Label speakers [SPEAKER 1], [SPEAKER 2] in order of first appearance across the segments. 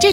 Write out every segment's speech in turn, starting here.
[SPEAKER 1] 这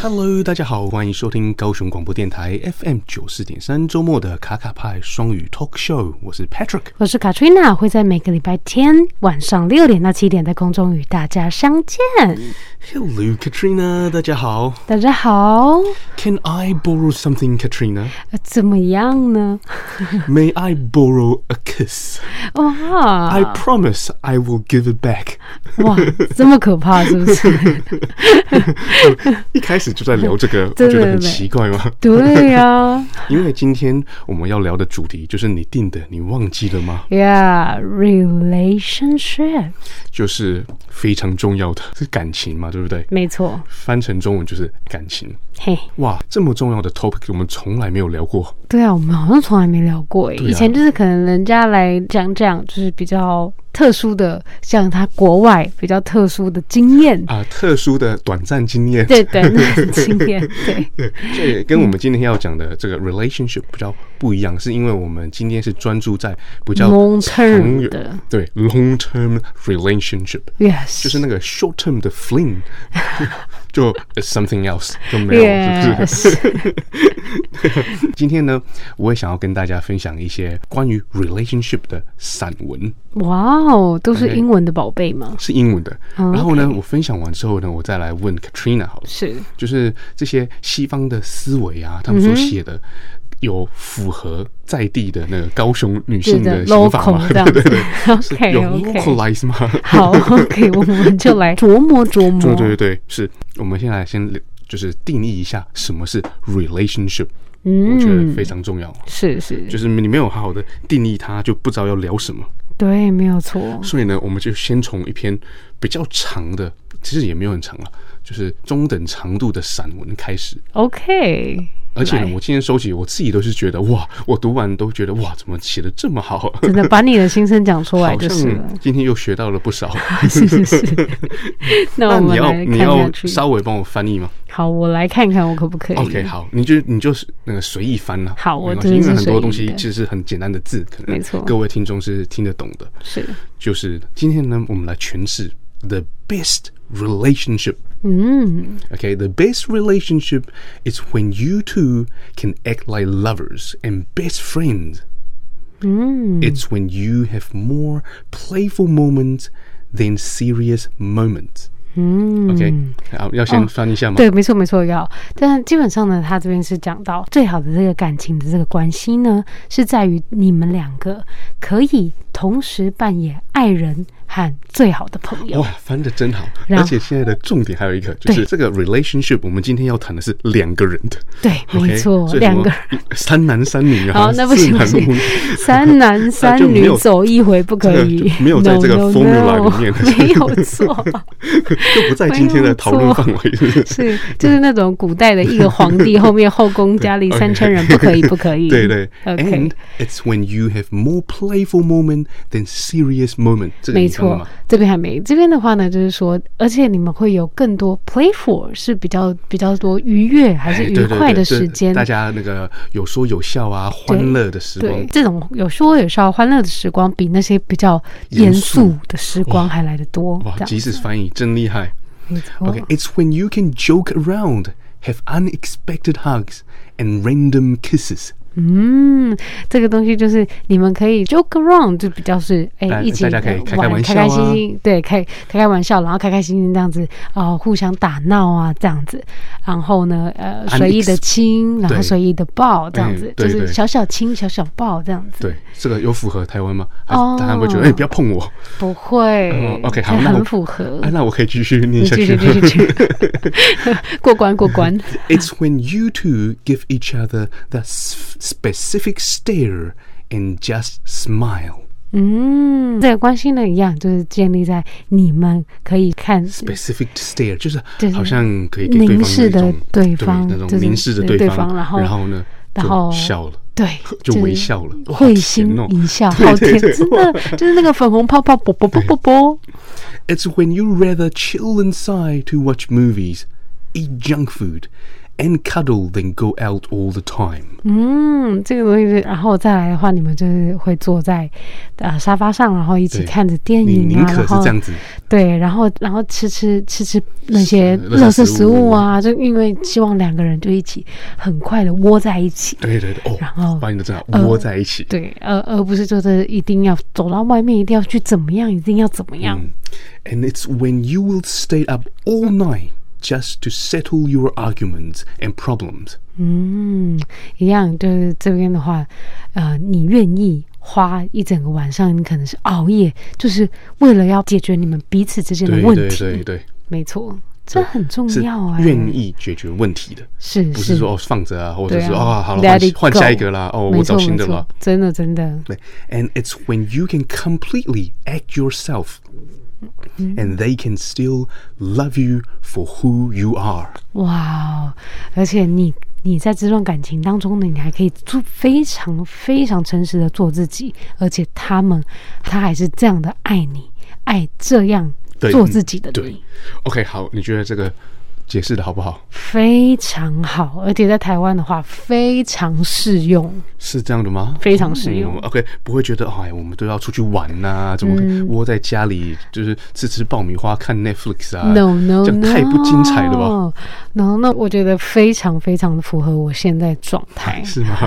[SPEAKER 2] Hello，大家好，欢迎收听高雄广播电台 FM 九四点三周末的卡卡派双语 Talk Show，我是 Patrick。
[SPEAKER 3] 我是 Katrina，会在每个礼拜天晚上六点到七点在空中与大家相见。
[SPEAKER 2] 嗯 Hello Katrina，大家好。
[SPEAKER 3] 大家好，
[SPEAKER 2] Can I borrow something, Katrina?
[SPEAKER 3] 呃怎么样呢？
[SPEAKER 2] May I borrow a kiss?
[SPEAKER 3] 哇
[SPEAKER 2] I
[SPEAKER 4] Uh.
[SPEAKER 2] promise I will give it back.
[SPEAKER 3] 哇，这么可怕是不是？
[SPEAKER 2] 一开始就在聊这个，我
[SPEAKER 3] 对
[SPEAKER 2] 觉得很
[SPEAKER 3] 对对
[SPEAKER 2] 奇怪吗？
[SPEAKER 3] 对呀、
[SPEAKER 2] 因为今天我们要聊的主题就是你定的，你忘记了吗？
[SPEAKER 3] y e a h relationship，
[SPEAKER 2] 就是非常重要的是感情嘛，对不对？
[SPEAKER 3] 没错，
[SPEAKER 2] 翻成中文就是感情。
[SPEAKER 3] 嘿，
[SPEAKER 2] 哇，这么重要的 topic 我们从来没有聊过。
[SPEAKER 3] 对啊，我们好像从来没聊过耶、
[SPEAKER 2] 对啊
[SPEAKER 3] 以前就是可能人家来讲讲，就是比较特殊的，像他国外比较特殊的经验，
[SPEAKER 2] 啊、特殊的短暂经验，
[SPEAKER 3] 对对，那种经验，对。
[SPEAKER 2] 这也跟我们今天要讲的这个 relationship 比较不一样，是因为我们今天是专注在比较
[SPEAKER 3] Long
[SPEAKER 2] 长
[SPEAKER 3] term
[SPEAKER 2] 远
[SPEAKER 3] 的
[SPEAKER 2] 对 long term relationship，
[SPEAKER 3] Yes，
[SPEAKER 2] 就是那个 short term 的 fling，就 something else 就没有是不是？
[SPEAKER 3] Yes，
[SPEAKER 2] 今天呢，我也想要跟大家分享一些关于 relationship 的散文，
[SPEAKER 3] 哇哦，都是
[SPEAKER 2] OK
[SPEAKER 3] 英文的宝贝吗？
[SPEAKER 2] 是英文的。
[SPEAKER 3] 哦
[SPEAKER 2] 然后呢
[SPEAKER 3] OK
[SPEAKER 2] 我分享完之后呢，我再来问 Katrina 好了，
[SPEAKER 3] 是
[SPEAKER 2] 就是这些西方的思维啊，他们
[SPEAKER 3] 嗯
[SPEAKER 2] 所写的。有符合在地的那个高雄女性的想法吗？
[SPEAKER 3] local 这样
[SPEAKER 2] 对对对，
[SPEAKER 3] 子。OK
[SPEAKER 2] 有
[SPEAKER 3] OK，哦
[SPEAKER 2] localize 吗？
[SPEAKER 3] 好 OK，我们就来琢磨琢磨。
[SPEAKER 2] 对对对，是我们先来先就是定义一下什么是 relationship，、我觉得
[SPEAKER 3] 嗯
[SPEAKER 2] 非，常重要，
[SPEAKER 3] 是是，
[SPEAKER 2] 就是你没有好好的定义它，就不知道要聊什么。
[SPEAKER 3] 对，没有错。
[SPEAKER 2] 所以呢，我们就先从一篇比较长的，其实也没有很长了，就是中等长度的散文开始。
[SPEAKER 3] OK，
[SPEAKER 2] 而且呢
[SPEAKER 3] 来，
[SPEAKER 2] 我今天收集，我自己都是觉得哇，我读完都觉得哇，怎么写的这么好？啊
[SPEAKER 3] 真的把你的心声讲 出来
[SPEAKER 2] 好
[SPEAKER 3] 就是了
[SPEAKER 2] 像。今天又学到了不少。
[SPEAKER 3] 是 是是。 那我
[SPEAKER 2] 你
[SPEAKER 3] 们
[SPEAKER 2] 要
[SPEAKER 3] 来
[SPEAKER 2] 你
[SPEAKER 3] 看下
[SPEAKER 2] 要
[SPEAKER 3] 去。
[SPEAKER 2] 稍微帮我翻译吗
[SPEAKER 3] 好，我来看看我可不可以。
[SPEAKER 2] ？OK，好，你就你就是那个随意翻了、
[SPEAKER 3] 好我
[SPEAKER 2] 没关系
[SPEAKER 3] 真的
[SPEAKER 2] 因为
[SPEAKER 3] 是
[SPEAKER 2] 很多东
[SPEAKER 3] 随意
[SPEAKER 2] 西
[SPEAKER 3] 的
[SPEAKER 2] 其实是很简单的字，可能
[SPEAKER 3] 没错
[SPEAKER 2] 各位听众是听得懂的。
[SPEAKER 3] 是
[SPEAKER 2] 就是今天呢，我们来诠释 the best relationship。
[SPEAKER 3] 嗯
[SPEAKER 2] Okay, the best relationship is when you two can act like lovers and best friends.
[SPEAKER 3] 嗯
[SPEAKER 2] It's when you have more playful moments than serious moments.
[SPEAKER 3] 嗯
[SPEAKER 2] OK，、好，要先翻一下吗？
[SPEAKER 3] Mm. 对，没错，没错，要。但基本上呢，他这边是讲到最好的这个感情的这个关系呢，是在于你们两个可以同时扮演爱人和最好的朋友
[SPEAKER 2] 哇。，翻的真好！
[SPEAKER 3] 然
[SPEAKER 2] 而
[SPEAKER 3] 后
[SPEAKER 2] 且现在的重点还有一个，就
[SPEAKER 3] 对
[SPEAKER 2] 是这个 relationship，我们今天要谈的是两个人的
[SPEAKER 3] 对，
[SPEAKER 2] ，OK，
[SPEAKER 3] 没错
[SPEAKER 2] 所以什
[SPEAKER 3] 两
[SPEAKER 2] 么
[SPEAKER 3] 个。
[SPEAKER 2] 三男三女啊，
[SPEAKER 3] 好，那不
[SPEAKER 2] 四
[SPEAKER 3] 行不
[SPEAKER 2] 男
[SPEAKER 3] 行
[SPEAKER 2] 五女，
[SPEAKER 3] 三男三
[SPEAKER 2] 就没
[SPEAKER 3] 女
[SPEAKER 2] 有
[SPEAKER 3] 走一回不可以
[SPEAKER 2] 这个，就没有在这个
[SPEAKER 3] No, no,
[SPEAKER 2] formula
[SPEAKER 3] no，
[SPEAKER 2] 里面
[SPEAKER 3] 没有错，
[SPEAKER 2] 就不在今天的讨论范围。
[SPEAKER 3] 是就是那种古代的一个皇 帝后面后宫佳丽三千人，不可以，不可以，
[SPEAKER 2] 对对
[SPEAKER 3] OK
[SPEAKER 2] ，and。it's when you have more playful moment than serious moment，这个
[SPEAKER 3] 没
[SPEAKER 2] 你看了
[SPEAKER 3] 错
[SPEAKER 2] 吗，
[SPEAKER 3] 这边还没。这边的话呢，就是说，而且你们会有更多 playful 是比较比较多愉悦还是
[SPEAKER 2] 哎
[SPEAKER 3] 愉
[SPEAKER 2] 对对
[SPEAKER 3] 快的
[SPEAKER 2] 对
[SPEAKER 3] 时间。
[SPEAKER 2] 大家那个有说有笑啊，欢乐的时
[SPEAKER 3] 对
[SPEAKER 2] 光，
[SPEAKER 3] 这种有说有笑、欢乐的时光，比那些比较严肃的时光还来得多。
[SPEAKER 2] 哇，
[SPEAKER 3] 这
[SPEAKER 2] 即
[SPEAKER 3] 样哦
[SPEAKER 2] 使翻译真厉害。
[SPEAKER 3] 没错
[SPEAKER 2] OK，it's when you can joke around, have unexpected hugs and random kisses。
[SPEAKER 3] 嗯，这个东西就是你们可以 joke around，就比较是哎、
[SPEAKER 2] 大
[SPEAKER 3] 一起
[SPEAKER 2] 大家可以
[SPEAKER 3] 呃
[SPEAKER 2] 开开
[SPEAKER 3] 玩，
[SPEAKER 2] 玩
[SPEAKER 3] 开
[SPEAKER 2] 笑啊
[SPEAKER 3] 开心心，对，开开开玩笑，然后开开心心这样子啊、互相打闹啊这样子，然后呢呃
[SPEAKER 2] Unex-
[SPEAKER 3] 随意的亲，然后
[SPEAKER 2] 对
[SPEAKER 3] 随意的抱这样子
[SPEAKER 2] 嗯，对
[SPEAKER 3] 就
[SPEAKER 2] 对
[SPEAKER 3] 是小小亲小小抱这样子，
[SPEAKER 2] 对，这个有符合台湾吗？还是
[SPEAKER 3] 哦
[SPEAKER 2] 大家会觉得哎，不要碰我。
[SPEAKER 3] 不会、
[SPEAKER 2] 嗯，OK，好 Oh,
[SPEAKER 3] 这
[SPEAKER 2] 那我
[SPEAKER 3] 很符合
[SPEAKER 2] 哎，。那我可以继续
[SPEAKER 3] 你
[SPEAKER 2] 念下
[SPEAKER 3] 继
[SPEAKER 2] 去
[SPEAKER 3] 续
[SPEAKER 2] 吗。
[SPEAKER 3] 继续继续， 过关过关。
[SPEAKER 2] It's when you two give each other that s- specific stare and just smile.
[SPEAKER 3] 嗯，这个关系呢一样，就是建立在你们可以看
[SPEAKER 2] Specific stare 就是
[SPEAKER 3] 就是
[SPEAKER 2] 好像可以给对方
[SPEAKER 3] 凝视的
[SPEAKER 2] 那种
[SPEAKER 3] 对方
[SPEAKER 2] 那种
[SPEAKER 3] 就是
[SPEAKER 2] 凝视着
[SPEAKER 3] 对
[SPEAKER 2] 方，
[SPEAKER 3] 方然后
[SPEAKER 2] 然后呢，
[SPEAKER 3] 然后
[SPEAKER 2] 就笑了。
[SPEAKER 3] 对，
[SPEAKER 2] 就是微笑了哇
[SPEAKER 3] 会心
[SPEAKER 2] 好甜哦
[SPEAKER 3] 一笑，
[SPEAKER 2] 对
[SPEAKER 3] 好
[SPEAKER 2] 对
[SPEAKER 3] 甜，
[SPEAKER 2] 对
[SPEAKER 3] 真的就是那个粉红泡泡，啵啵啵啵啵。
[SPEAKER 2] It's when you rather chill inside to watch movies, eat junk food, and cuddle than go out all the time.
[SPEAKER 3] 嗯，这个东西是，然后再来的话，你们就是会坐在呃沙发上，然后一起
[SPEAKER 2] 对
[SPEAKER 3] 看着电
[SPEAKER 2] 你
[SPEAKER 3] 影
[SPEAKER 2] 宁
[SPEAKER 3] 啊，
[SPEAKER 2] 可
[SPEAKER 3] 然
[SPEAKER 2] 是
[SPEAKER 3] 后
[SPEAKER 2] 这样子，
[SPEAKER 3] 对，然后然后吃吃吃吃那些
[SPEAKER 2] 是垃圾
[SPEAKER 3] 垃圾
[SPEAKER 2] 食
[SPEAKER 3] 食
[SPEAKER 2] 物
[SPEAKER 3] 物啊，就因为希望两个人就一起很快的窝在一起。
[SPEAKER 2] 对对对，
[SPEAKER 3] 然
[SPEAKER 2] 哦
[SPEAKER 3] 后，
[SPEAKER 2] 把你的这样
[SPEAKER 3] 呃
[SPEAKER 2] 窝在一起。
[SPEAKER 3] 对，而而不是就是一定要走到外面，一定要去怎么样，一定要怎么样。
[SPEAKER 2] And it's when you will stay up all night just to settle your arguments and problems.
[SPEAKER 3] 嗯，一样就是这边的话，呃，你愿意花一整个晚上，你可能是熬夜，就是为了要解决你们彼此之间的
[SPEAKER 2] 对
[SPEAKER 3] 问
[SPEAKER 2] 对
[SPEAKER 3] 题。
[SPEAKER 2] 对 对，
[SPEAKER 3] 没错，这很重
[SPEAKER 2] 是
[SPEAKER 3] 要哎、
[SPEAKER 2] 愿意解决问题的，
[SPEAKER 3] 是
[SPEAKER 2] 不是说哦放着啊，或者
[SPEAKER 3] 对
[SPEAKER 2] 是
[SPEAKER 3] 啊
[SPEAKER 2] 哦好了
[SPEAKER 3] Let
[SPEAKER 2] 换换
[SPEAKER 3] it
[SPEAKER 2] 下一
[SPEAKER 3] go
[SPEAKER 2] 个啦，哦
[SPEAKER 3] 没
[SPEAKER 2] 我找
[SPEAKER 3] 错
[SPEAKER 2] 新
[SPEAKER 3] 没
[SPEAKER 2] 的
[SPEAKER 3] 错
[SPEAKER 2] 啦。，
[SPEAKER 3] 真的真的，
[SPEAKER 2] 对，and it's when you can completely act yourself,
[SPEAKER 3] Mm-hmm。
[SPEAKER 2] and they can still love you for who you are。
[SPEAKER 3] 哇哦！而且你你在这段感情当中呢，你还可以做非常非常诚实的做自己，而且他们他还是这样的爱你，爱这样
[SPEAKER 2] 对
[SPEAKER 3] 做自己的
[SPEAKER 2] 对
[SPEAKER 3] 你，
[SPEAKER 2] OK，好，你觉得这个解释的好不好？
[SPEAKER 3] 非常好。而且在台湾的话，非常适用，
[SPEAKER 2] 是这样的吗？
[SPEAKER 3] 非常适用
[SPEAKER 2] 嗯。OK，不会觉得哎，我们都要出去玩呐、怎么可
[SPEAKER 3] 嗯
[SPEAKER 2] 以窝在家里就是吃吃爆米花、看 Netflix 啊
[SPEAKER 3] no no
[SPEAKER 2] 这样
[SPEAKER 3] no，
[SPEAKER 2] 太不精彩了吧？
[SPEAKER 3] 吧？然后那我觉得非常非常的符合我现在状态。
[SPEAKER 2] 是吗？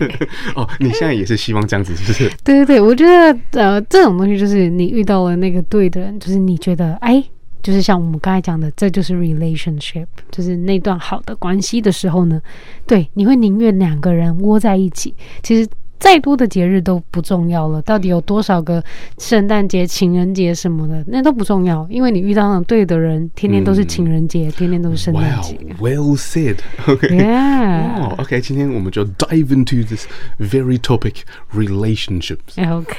[SPEAKER 2] 哦，你现在也是希望这样子，是不是？
[SPEAKER 3] 对对对，我觉得呃，这种东西就是你遇到了那个对的人，就是你觉得哎，就是像我们刚才讲的，这就是 relationship，就是那段好的关系的时候呢，对，你会宁愿两个人窝在一起。其实再多的节日都不重要了，到底有多少个圣诞节、情人节什么的，那都不重要，因为你遇到那种对的人，天天都是情人
[SPEAKER 2] 嗯
[SPEAKER 3] 节，天天都是圣诞
[SPEAKER 2] Wow,
[SPEAKER 3] 节。
[SPEAKER 2] well said. Okay.
[SPEAKER 3] Yeah，OK，、
[SPEAKER 2] 哦，OK，今天我们就 dive into this very topic relationships。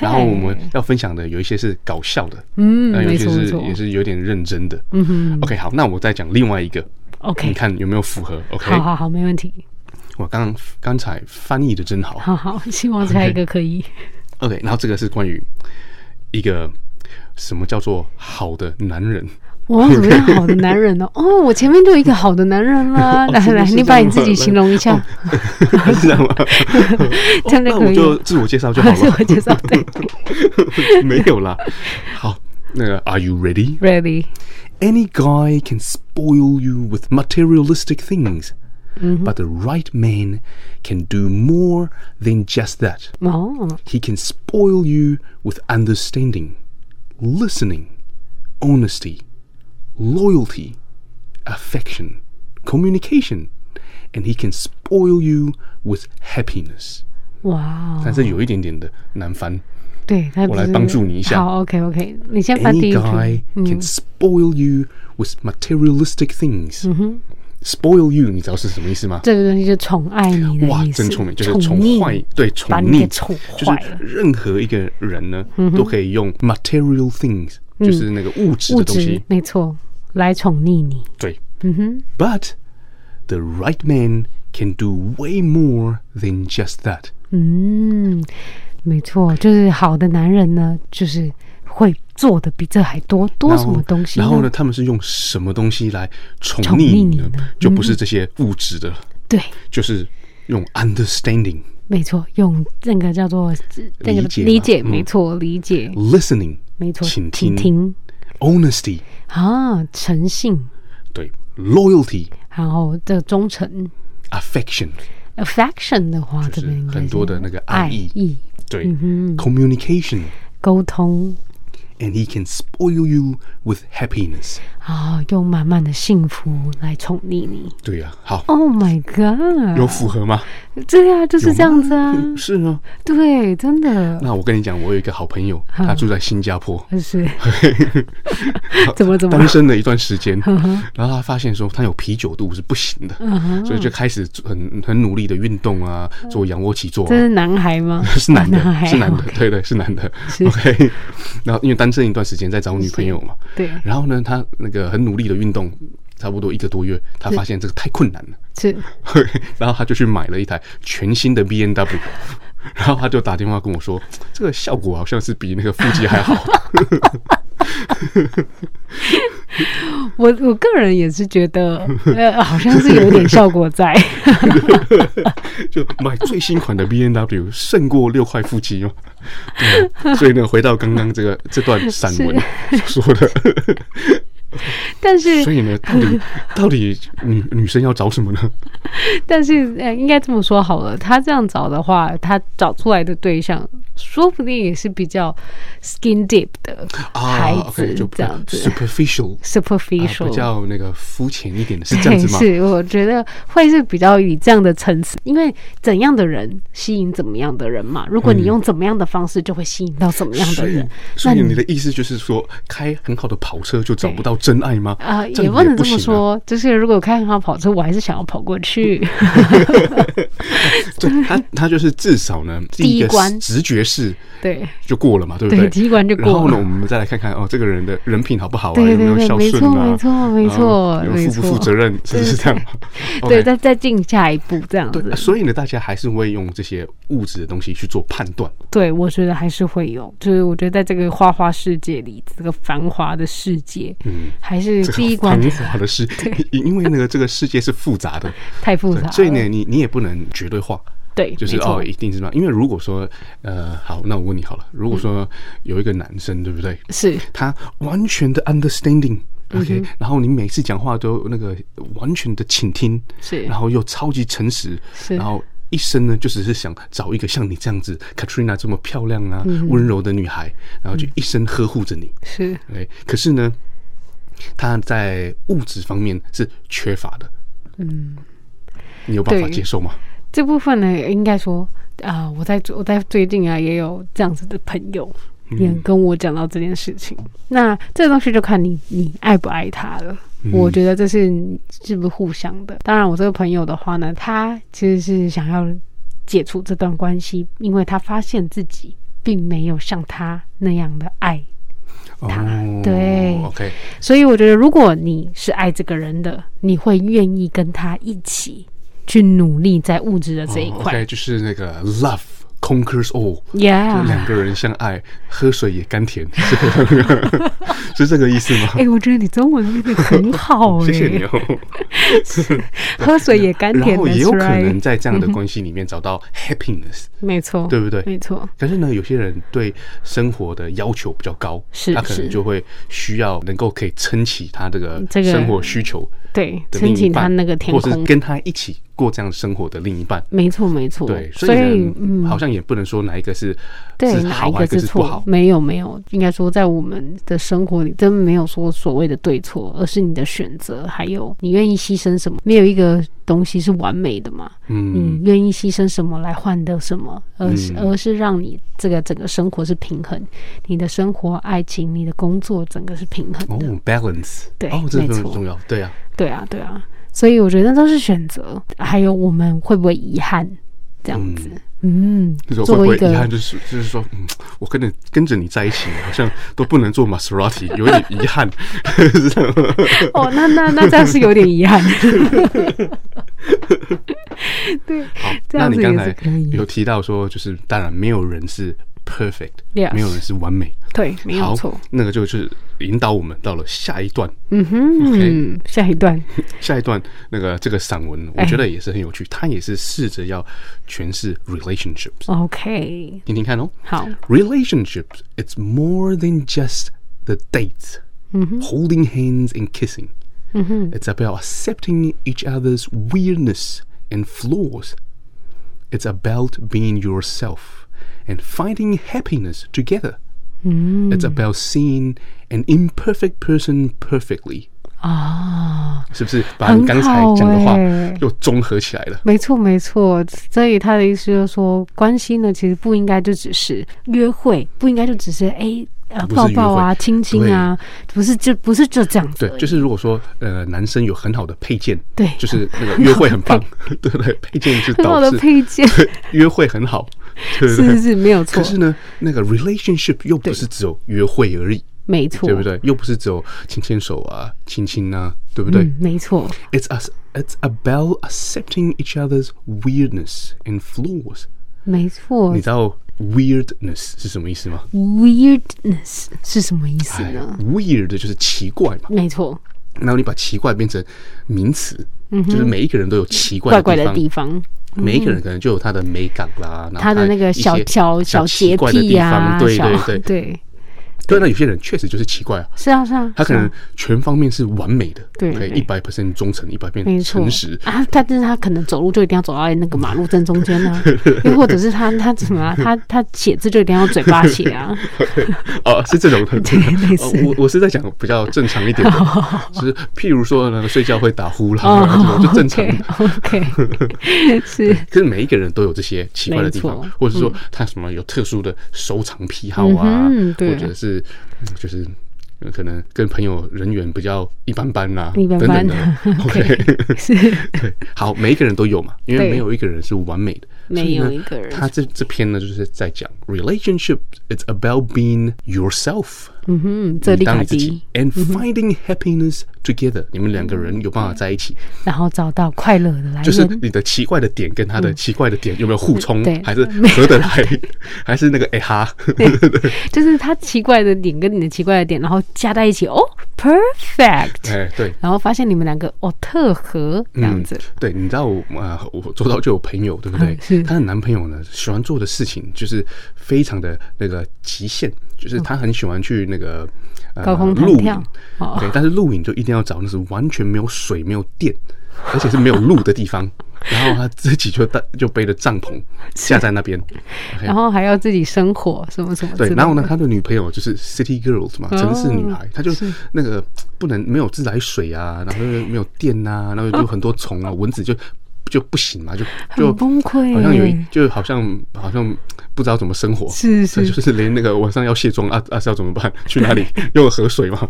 [SPEAKER 2] 然后我们要分享的有一些是搞笑的，
[SPEAKER 3] 嗯，
[SPEAKER 2] 那有一
[SPEAKER 3] 没
[SPEAKER 2] 些
[SPEAKER 3] 错没
[SPEAKER 2] 是
[SPEAKER 3] 错
[SPEAKER 2] 也是有点认真的。
[SPEAKER 3] 嗯哼
[SPEAKER 2] OK，好，那我再讲另外一个，你
[SPEAKER 3] ，OK，
[SPEAKER 2] 看哎有没有符合？OK，
[SPEAKER 3] 好好好，没问题。
[SPEAKER 2] 我刚刚才翻译的真好。
[SPEAKER 3] 好好，希望下一 个可以。
[SPEAKER 2] OK，然后这个是关于一个什么叫做好的男 人。
[SPEAKER 3] 我要怎么样好的男 人呢？哦，我前面就有一个好的男人啦。
[SPEAKER 2] 哦
[SPEAKER 3] 来
[SPEAKER 2] 真的
[SPEAKER 3] 来，
[SPEAKER 2] 是
[SPEAKER 3] 你
[SPEAKER 2] 这
[SPEAKER 3] 把
[SPEAKER 2] 样
[SPEAKER 3] 你
[SPEAKER 2] 吗
[SPEAKER 3] 自己形容一 下，
[SPEAKER 2] 是这 样吗？
[SPEAKER 3] 这样就
[SPEAKER 2] 那
[SPEAKER 3] 可
[SPEAKER 2] 我
[SPEAKER 3] 以
[SPEAKER 2] 就
[SPEAKER 3] 了。
[SPEAKER 2] 自我介绍就好
[SPEAKER 3] 自我
[SPEAKER 2] 了。
[SPEAKER 3] 介绍， 对
[SPEAKER 2] 没有啦。好，那个 Are you ready?
[SPEAKER 3] ，ready。
[SPEAKER 2] Any guy can spoil you with materialistic things,
[SPEAKER 3] Mm-hmm.
[SPEAKER 2] but the right man can do more than just that.
[SPEAKER 3] 哦，
[SPEAKER 2] He can spoil you with understanding, listening, honesty, loyalty, affection, communication, and he can spoil you with happiness.
[SPEAKER 3] 哇哦，
[SPEAKER 2] 但是有一点点的难翻。
[SPEAKER 3] 对，他
[SPEAKER 2] 我
[SPEAKER 3] 不
[SPEAKER 2] 来
[SPEAKER 3] 是
[SPEAKER 2] 帮助你一下
[SPEAKER 3] 好，OK OK，你先把
[SPEAKER 2] Any
[SPEAKER 3] 第一
[SPEAKER 2] guy
[SPEAKER 3] 句，
[SPEAKER 2] can
[SPEAKER 3] 嗯，
[SPEAKER 2] spoil you with materialistic things.
[SPEAKER 3] Mm-hmm.
[SPEAKER 2] Spoil you，你知道是什么意思吗？
[SPEAKER 3] 这个东西就宠爱你的
[SPEAKER 2] 哇
[SPEAKER 3] 意，思，
[SPEAKER 2] 真聪明，就是宠
[SPEAKER 3] 溺
[SPEAKER 2] 坏，对，宠
[SPEAKER 3] 把你
[SPEAKER 2] 溺
[SPEAKER 3] 给，宠
[SPEAKER 2] 就是
[SPEAKER 3] 坏了。嗯
[SPEAKER 2] 任何一个人呢，都可以用 material things，就是那个物质
[SPEAKER 3] 物
[SPEAKER 2] 的东
[SPEAKER 3] 质嗯
[SPEAKER 2] 西，
[SPEAKER 3] 没错，来宠溺你。
[SPEAKER 2] 对，But the right man can do way more than just that。
[SPEAKER 3] 嗯，没错，就是好的男人呢，就是会做的比这还多，多
[SPEAKER 2] 然
[SPEAKER 3] 什
[SPEAKER 2] 后
[SPEAKER 3] 么东西？
[SPEAKER 2] 然后呢，？他们是用什么东西来宠
[SPEAKER 3] 宠
[SPEAKER 2] 溺
[SPEAKER 3] 溺
[SPEAKER 2] 你
[SPEAKER 3] 你
[SPEAKER 2] 呢
[SPEAKER 3] 呢？嗯
[SPEAKER 2] 就不是这些物质的了，
[SPEAKER 3] 对，
[SPEAKER 2] 就是用 understanding。
[SPEAKER 3] 没错，用那个叫做那个
[SPEAKER 2] 理解吧
[SPEAKER 3] 理解，
[SPEAKER 2] 嗯
[SPEAKER 3] 没错，理解，
[SPEAKER 2] listening，
[SPEAKER 3] 没错，
[SPEAKER 2] 倾
[SPEAKER 3] 请
[SPEAKER 2] 听
[SPEAKER 3] 听
[SPEAKER 2] ，honesty，
[SPEAKER 3] 啊，诚信，
[SPEAKER 2] 对，loyalty。
[SPEAKER 3] 然后这忠诚
[SPEAKER 2] Affection，
[SPEAKER 3] ，affection 的话，这
[SPEAKER 2] 是
[SPEAKER 3] 边应该是
[SPEAKER 2] 很多的那个爱
[SPEAKER 3] 爱
[SPEAKER 2] 意
[SPEAKER 3] 意
[SPEAKER 2] 对、c o m m u n i c a t i o n
[SPEAKER 3] 沟通
[SPEAKER 2] and he can spoil you with happiness。
[SPEAKER 3] 啊，用满满的幸福来宠溺你。
[SPEAKER 2] 对呀、好，
[SPEAKER 3] Oh my god！
[SPEAKER 2] 有符合吗？
[SPEAKER 3] 对啊，就是
[SPEAKER 2] 有
[SPEAKER 3] 这样
[SPEAKER 2] 吗
[SPEAKER 3] 子啊，
[SPEAKER 2] 是啊。
[SPEAKER 3] 对，真的。
[SPEAKER 2] 那我跟你讲，我有一个好朋友，他住在新加坡，
[SPEAKER 3] 就是，怎么怎么
[SPEAKER 2] 单身了一段时间，然后他发现说他有啤酒肚是不行的，所以就开始很很努力的运动啊，做仰卧起坐、
[SPEAKER 3] 这
[SPEAKER 2] 啊。
[SPEAKER 3] 是男孩吗？
[SPEAKER 2] 是男 的
[SPEAKER 3] 男，孩
[SPEAKER 2] 是男的
[SPEAKER 3] OK，
[SPEAKER 2] 对对，是男的。
[SPEAKER 3] 是
[SPEAKER 2] OK，然后因为单身一段时间在找女朋友嘛，
[SPEAKER 3] 对，
[SPEAKER 2] 然后呢，他那个很努力的运动，差不多一个多月，他发现这个太困难了，
[SPEAKER 3] 是
[SPEAKER 2] 然后他就去买了一台全新的 B N W，然 后他就打电话跟我说，这个效果好像是比那个腹肌还好。
[SPEAKER 3] 我我个人也是觉得， 呃，好像是有点效果在。
[SPEAKER 2] 就买最新款的 B N W 胜过六块腹肌哦。 对，啊所以呢，回到刚刚这个这段散文所说的，
[SPEAKER 3] 但
[SPEAKER 2] 所
[SPEAKER 3] 是
[SPEAKER 2] 以呢，到底到底女女生要找什么呢？
[SPEAKER 3] 但是，呃，应该这么说好了，他这样找的话，他找出来的对象，说不定也是比较 skin deep 的
[SPEAKER 2] 啊
[SPEAKER 3] 孩
[SPEAKER 2] ，OK，
[SPEAKER 3] 子
[SPEAKER 2] 就
[SPEAKER 3] 这样子。
[SPEAKER 2] superficial，啊
[SPEAKER 3] superficial，、
[SPEAKER 2] 比较那个肤浅一点的，是这样子吗？
[SPEAKER 3] 对是，我觉得会是比较以这样的层次，因为怎样的人吸引怎么样的人嘛。如果
[SPEAKER 2] 嗯
[SPEAKER 3] 你用怎么样的方式，就会吸引到怎么样的嗯
[SPEAKER 2] 所以
[SPEAKER 3] 人。，
[SPEAKER 2] 所以
[SPEAKER 3] 那
[SPEAKER 2] 你
[SPEAKER 3] 你
[SPEAKER 2] 的意思就是说，开很好的跑车就找不到真爱吗？
[SPEAKER 3] 啊、
[SPEAKER 2] 这
[SPEAKER 3] 也
[SPEAKER 2] 样
[SPEAKER 3] 不能这
[SPEAKER 2] 行
[SPEAKER 3] 么
[SPEAKER 2] 啊。
[SPEAKER 3] 说，就是如果开很好跑车，我还是想要跑过去。
[SPEAKER 2] 对，他他就是至少呢，第
[SPEAKER 3] 第一
[SPEAKER 2] 个
[SPEAKER 3] 关
[SPEAKER 2] 直觉是
[SPEAKER 3] 对
[SPEAKER 2] 就过了嘛，对不
[SPEAKER 3] 对，第一关就
[SPEAKER 2] 然后
[SPEAKER 3] 过
[SPEAKER 2] 呢，
[SPEAKER 3] 了
[SPEAKER 2] 我。们再来看看哦，这个人的人品好不好啊？
[SPEAKER 3] 对
[SPEAKER 2] 有
[SPEAKER 3] 对
[SPEAKER 2] 有
[SPEAKER 3] 对，
[SPEAKER 2] 孝
[SPEAKER 3] 没
[SPEAKER 2] 顺
[SPEAKER 3] 错
[SPEAKER 2] 啊？
[SPEAKER 3] 没错没错
[SPEAKER 2] 然后
[SPEAKER 3] 没
[SPEAKER 2] 有负不负责
[SPEAKER 3] 错。
[SPEAKER 2] 任，是不是这样？
[SPEAKER 3] 对，
[SPEAKER 2] OK
[SPEAKER 3] 再再进下一步这样
[SPEAKER 2] 对，啊
[SPEAKER 3] 子。
[SPEAKER 2] 所以呢，大家还是会用这些物质的东西去做判 断。
[SPEAKER 3] 对，我觉得还是会有，就是我觉得在这个花花世界里，这个繁华的世界，
[SPEAKER 2] 嗯，
[SPEAKER 3] 还是
[SPEAKER 2] 这
[SPEAKER 3] 第一
[SPEAKER 2] 个
[SPEAKER 3] 关
[SPEAKER 2] 繁华的事，因因为那个这个世界是复杂的，
[SPEAKER 3] 太复
[SPEAKER 2] 对
[SPEAKER 3] 杂了。
[SPEAKER 2] 所以呢，你你也不能绝对化。
[SPEAKER 3] 对，
[SPEAKER 2] 就是
[SPEAKER 3] 没错
[SPEAKER 2] 哦，一定是这样。因为如果说，呃，好，那我问你好了，如果
[SPEAKER 3] 嗯
[SPEAKER 2] 说有一个男生，对不对？
[SPEAKER 3] 是
[SPEAKER 2] 他完全的 understanding。OK，、然
[SPEAKER 3] 嗯
[SPEAKER 2] 后你每次讲话都那个完全的倾听，
[SPEAKER 3] 是
[SPEAKER 2] 然后又超级诚实，
[SPEAKER 3] 是
[SPEAKER 2] 然后一生呢就只是想找一个像你这样子 Katrina 这么漂亮啊、
[SPEAKER 3] 嗯
[SPEAKER 2] 温柔的女孩，然后就一生呵护着你。
[SPEAKER 3] 是
[SPEAKER 2] OK，可是呢，他在物质方面是缺乏的。嗯，你有办法
[SPEAKER 3] 对
[SPEAKER 2] 接受吗？
[SPEAKER 3] 这部分呢，应该说啊、我在我在最近啊也有这样子的朋友，也跟我讲到这件事情。那这个东西就看你你爱不爱他了。我觉得这是是不是互相的。当然，我这个朋友的话呢，他其实是想要解除这段关系，因为他发现自己并没有像他那样的爱
[SPEAKER 2] 哦
[SPEAKER 3] 他对
[SPEAKER 2] ，OK，
[SPEAKER 3] 所以我觉得，如果你是爱这个人的，你会愿意跟他一起去努力在物质的这一
[SPEAKER 2] 哦
[SPEAKER 3] 块。
[SPEAKER 2] ，OK，就是那个 love conquers all。就
[SPEAKER 3] yeah，
[SPEAKER 2] 两个人相爱，喝水也甘 甜， 是是这个意思吗？
[SPEAKER 3] 哎、我觉得你中文真的 很好哎、
[SPEAKER 2] 谢谢你哦。
[SPEAKER 3] 喝水也甘甜
[SPEAKER 2] 然后
[SPEAKER 3] 的，
[SPEAKER 2] 也有可能在这样的关系里面找到 happiness，
[SPEAKER 3] 没错，
[SPEAKER 2] 对不对
[SPEAKER 3] 没错，
[SPEAKER 2] 可是呢，有些人对生活的要求比较高，
[SPEAKER 3] 是
[SPEAKER 2] 他可能
[SPEAKER 3] 是
[SPEAKER 2] 就会需要能够可以撑起他这个
[SPEAKER 3] 这个
[SPEAKER 2] 生活需求
[SPEAKER 3] 对，
[SPEAKER 2] 的另
[SPEAKER 3] 撑
[SPEAKER 2] 一
[SPEAKER 3] 起
[SPEAKER 2] 半，
[SPEAKER 3] 他那个天
[SPEAKER 2] 或是
[SPEAKER 3] 空，
[SPEAKER 2] 跟他一起过这样生活的另一半。
[SPEAKER 3] 没错，没错。
[SPEAKER 2] 对，所
[SPEAKER 3] 所
[SPEAKER 2] 以
[SPEAKER 3] 以
[SPEAKER 2] 呢
[SPEAKER 3] 嗯，
[SPEAKER 2] 好像也不能说哪一个是
[SPEAKER 3] 对
[SPEAKER 2] 是
[SPEAKER 3] 哪
[SPEAKER 2] 好，
[SPEAKER 3] 一
[SPEAKER 2] 哪
[SPEAKER 3] 个
[SPEAKER 2] 一个
[SPEAKER 3] 是
[SPEAKER 2] 是不
[SPEAKER 3] 错
[SPEAKER 2] 好？。
[SPEAKER 3] 没有，没有，应该说在我们的生活里，真没有说所谓的对错，而是你的选择，还有你愿意牺牲什么。没有一个东西是完美的嘛，
[SPEAKER 2] 嗯
[SPEAKER 3] 你愿意牺牲什么来换得什么，而是、
[SPEAKER 2] 嗯
[SPEAKER 3] 而是让你这个整个生活是平衡，你的生活、爱情、你的工作，整个是平
[SPEAKER 2] 哦
[SPEAKER 3] 衡的。
[SPEAKER 2] ，balance，
[SPEAKER 3] 对
[SPEAKER 2] 哦，这
[SPEAKER 3] 没
[SPEAKER 2] 个很
[SPEAKER 3] 错
[SPEAKER 2] 重要，对啊，
[SPEAKER 3] 对啊，对啊，所以我觉得都是选择，还有我们会不会遗憾这样子。嗯，
[SPEAKER 2] 就是会
[SPEAKER 3] 作
[SPEAKER 2] 不
[SPEAKER 3] 为
[SPEAKER 2] 会
[SPEAKER 3] 一个
[SPEAKER 2] 遗憾，就是就是说，嗯，我跟着跟着你在一起，好像都不能做 Maserati，有点遗憾，是这样吗
[SPEAKER 3] 哦，那那那这样是有点遗 憾。
[SPEAKER 2] 好，
[SPEAKER 3] 这
[SPEAKER 2] 那
[SPEAKER 3] 样
[SPEAKER 2] 你
[SPEAKER 3] 子
[SPEAKER 2] 刚
[SPEAKER 3] 也
[SPEAKER 2] 才
[SPEAKER 3] 是可以
[SPEAKER 2] 有提到说，就是当然没有人是 perfect，
[SPEAKER 3] Yes
[SPEAKER 2] 没有人是完美，
[SPEAKER 3] 对，没有
[SPEAKER 2] 好
[SPEAKER 3] 错。，
[SPEAKER 2] 那个就是引导我们到了下一段，
[SPEAKER 3] 嗯哼
[SPEAKER 2] OK
[SPEAKER 3] 下一段
[SPEAKER 2] 下一段那个这个散文，我
[SPEAKER 3] 哎
[SPEAKER 2] 觉得也是很有趣，它也是试着要诠释 relationships，
[SPEAKER 3] ，OK，
[SPEAKER 2] 听听看哦。
[SPEAKER 3] 好，
[SPEAKER 2] relationships it's more than just the dates
[SPEAKER 3] Mm-hmm.
[SPEAKER 2] holding hands and kissing it's about accepting each other's weirdness and flaws it's about being yourself and finding happiness together
[SPEAKER 3] Mm.
[SPEAKER 2] it's about seeing an imperfect person perfectly
[SPEAKER 3] 啊，
[SPEAKER 2] 是不是把你刚才讲的话
[SPEAKER 3] Ah. 很好欸
[SPEAKER 2] 又综合起来了？
[SPEAKER 3] 没错没错。所以他的意思就是说，关系呢，其实不应该就只是约会，不应该就只是哎。呃，
[SPEAKER 2] 不是约
[SPEAKER 3] 抱
[SPEAKER 2] 会
[SPEAKER 3] 抱啊，亲亲啊，不是就不是就这样子
[SPEAKER 2] 对
[SPEAKER 3] 而已，，
[SPEAKER 2] 就是如果说呃，男生有很好的配件，
[SPEAKER 3] 对
[SPEAKER 2] 就是那个约会很 棒， 对不对？配件是
[SPEAKER 3] 很好
[SPEAKER 2] 导
[SPEAKER 3] 的
[SPEAKER 2] 致
[SPEAKER 3] 配件
[SPEAKER 2] 对 约会很好，对不
[SPEAKER 3] 是
[SPEAKER 2] 对？
[SPEAKER 3] 是是没有错
[SPEAKER 2] 可，是呢，那个 relationship 又不是只有约会而已，
[SPEAKER 3] 没错，
[SPEAKER 2] 对不？对？又不是只有牵牵手啊、亲亲啊，对不对、
[SPEAKER 3] 嗯，没错，
[SPEAKER 2] i t s us, it's about accepting each other's weirdness and flaws。
[SPEAKER 3] 没错
[SPEAKER 2] 你。知道 weirdness 是什么意思吗？
[SPEAKER 3] Weirdness 是什么意思
[SPEAKER 2] 哎
[SPEAKER 3] 呢？
[SPEAKER 2] ，weird 就是奇怪嘛。
[SPEAKER 3] 没错，
[SPEAKER 2] 然后你把奇怪变成名词，就是每一个人都有奇怪
[SPEAKER 3] 怪
[SPEAKER 2] 的
[SPEAKER 3] 嗯怪的
[SPEAKER 2] 地
[SPEAKER 3] 地
[SPEAKER 2] 方。
[SPEAKER 3] 方。嗯
[SPEAKER 2] 每一个人可能就有他的美感啦，然后
[SPEAKER 3] 他的那个
[SPEAKER 2] 啊一些
[SPEAKER 3] 小小
[SPEAKER 2] 小
[SPEAKER 3] 洁
[SPEAKER 2] 奇怪的
[SPEAKER 3] 癖
[SPEAKER 2] 地
[SPEAKER 3] 啊，
[SPEAKER 2] 方，对
[SPEAKER 3] 小
[SPEAKER 2] 对对，
[SPEAKER 3] 对，
[SPEAKER 2] 对。那有些人确实就是奇怪啊，
[SPEAKER 3] 是啊是啊，
[SPEAKER 2] 他可
[SPEAKER 3] 是
[SPEAKER 2] 能
[SPEAKER 3] 啊
[SPEAKER 2] 全方面是完美的，
[SPEAKER 3] 对
[SPEAKER 2] 可以
[SPEAKER 3] 对
[SPEAKER 2] 一百 percent 忠诚，一百
[SPEAKER 3] 没
[SPEAKER 2] percent
[SPEAKER 3] 错
[SPEAKER 2] 诚实，
[SPEAKER 3] 啊，他但是他可能走路就一定要走到那个马路正中间啊，又或者是他他怎么啊，他他写字就一定要用嘴巴写啊，
[SPEAKER 2] 哦，是这种 的。
[SPEAKER 3] 类似
[SPEAKER 2] 哦我我是在讲比较正常一点 的，就是譬如说呢，睡觉会打呼啦，这种就 正常的。
[SPEAKER 3] 哦 OK，是
[SPEAKER 2] 可是每一个人都有这些奇怪的地
[SPEAKER 3] 没
[SPEAKER 2] 方
[SPEAKER 3] 错，嗯
[SPEAKER 2] 或者说他什么有特殊的收藏癖好啊，
[SPEAKER 3] 嗯哼对
[SPEAKER 2] 或者是嗯就是。呃可能跟朋友人缘比较一般般啦、
[SPEAKER 3] 一般般
[SPEAKER 2] 等等的。OK，
[SPEAKER 3] 是，
[SPEAKER 2] 对，好，每一个人都有嘛，因为
[SPEAKER 3] 对
[SPEAKER 2] 没有一个人是完美的，
[SPEAKER 3] 没有一个人
[SPEAKER 2] 他这这篇呢，就是在讲 relationship it's about being yourself，
[SPEAKER 3] 嗯哼，这
[SPEAKER 2] 你
[SPEAKER 3] 里
[SPEAKER 2] 当
[SPEAKER 3] 卡嗯
[SPEAKER 2] 你自己
[SPEAKER 3] 迪，
[SPEAKER 2] and finding happiness together，你们两个人有办法在一起，
[SPEAKER 3] 然后找到快乐的来
[SPEAKER 2] 就是
[SPEAKER 3] 源，
[SPEAKER 2] 你的奇怪的点跟他的奇怪的点有没有互冲还
[SPEAKER 3] 哎嗯对，
[SPEAKER 2] 是合得来，还是那个哎哈，
[SPEAKER 3] 就是他奇怪的点跟你的奇怪的点，然后加在一起，哦，perfect，
[SPEAKER 2] 哎对。嗯
[SPEAKER 3] 然后发现你们两个哦特合这样子，
[SPEAKER 2] 对，你知道我啊、呃我周遭就有朋友，对不对
[SPEAKER 3] 嗯是？
[SPEAKER 2] 她、的男朋友呢，喜欢做的事情就是非常的那个极限，就是他很喜欢去那个、呃
[SPEAKER 3] 哦高空弹
[SPEAKER 2] 露
[SPEAKER 3] 跳
[SPEAKER 2] 营，
[SPEAKER 3] 哦
[SPEAKER 2] 对，但是露营就一定要找那是完全没有水、没有电，而且是没有路的地方。然后他自己就带就背着帐篷架在那边，OK
[SPEAKER 3] 然后还要自己生火什么什么之
[SPEAKER 2] 对
[SPEAKER 3] 类，的，
[SPEAKER 2] 然后呢，他的女朋友就是 City Girls 嘛，
[SPEAKER 3] 哦
[SPEAKER 2] 城市女孩，她就那个不能没有自来水啊，然后又没有电啊，然后就很多虫啊，蚊子就就不行嘛，就就
[SPEAKER 3] 哦很崩溃
[SPEAKER 2] 好像有一
[SPEAKER 3] 耶
[SPEAKER 2] 就好像好像不知道怎么生活，
[SPEAKER 3] 是
[SPEAKER 2] 所以
[SPEAKER 3] 是
[SPEAKER 2] 就是连那个晚上要卸妆啊啊是要怎么 办？去哪里用河水嘛？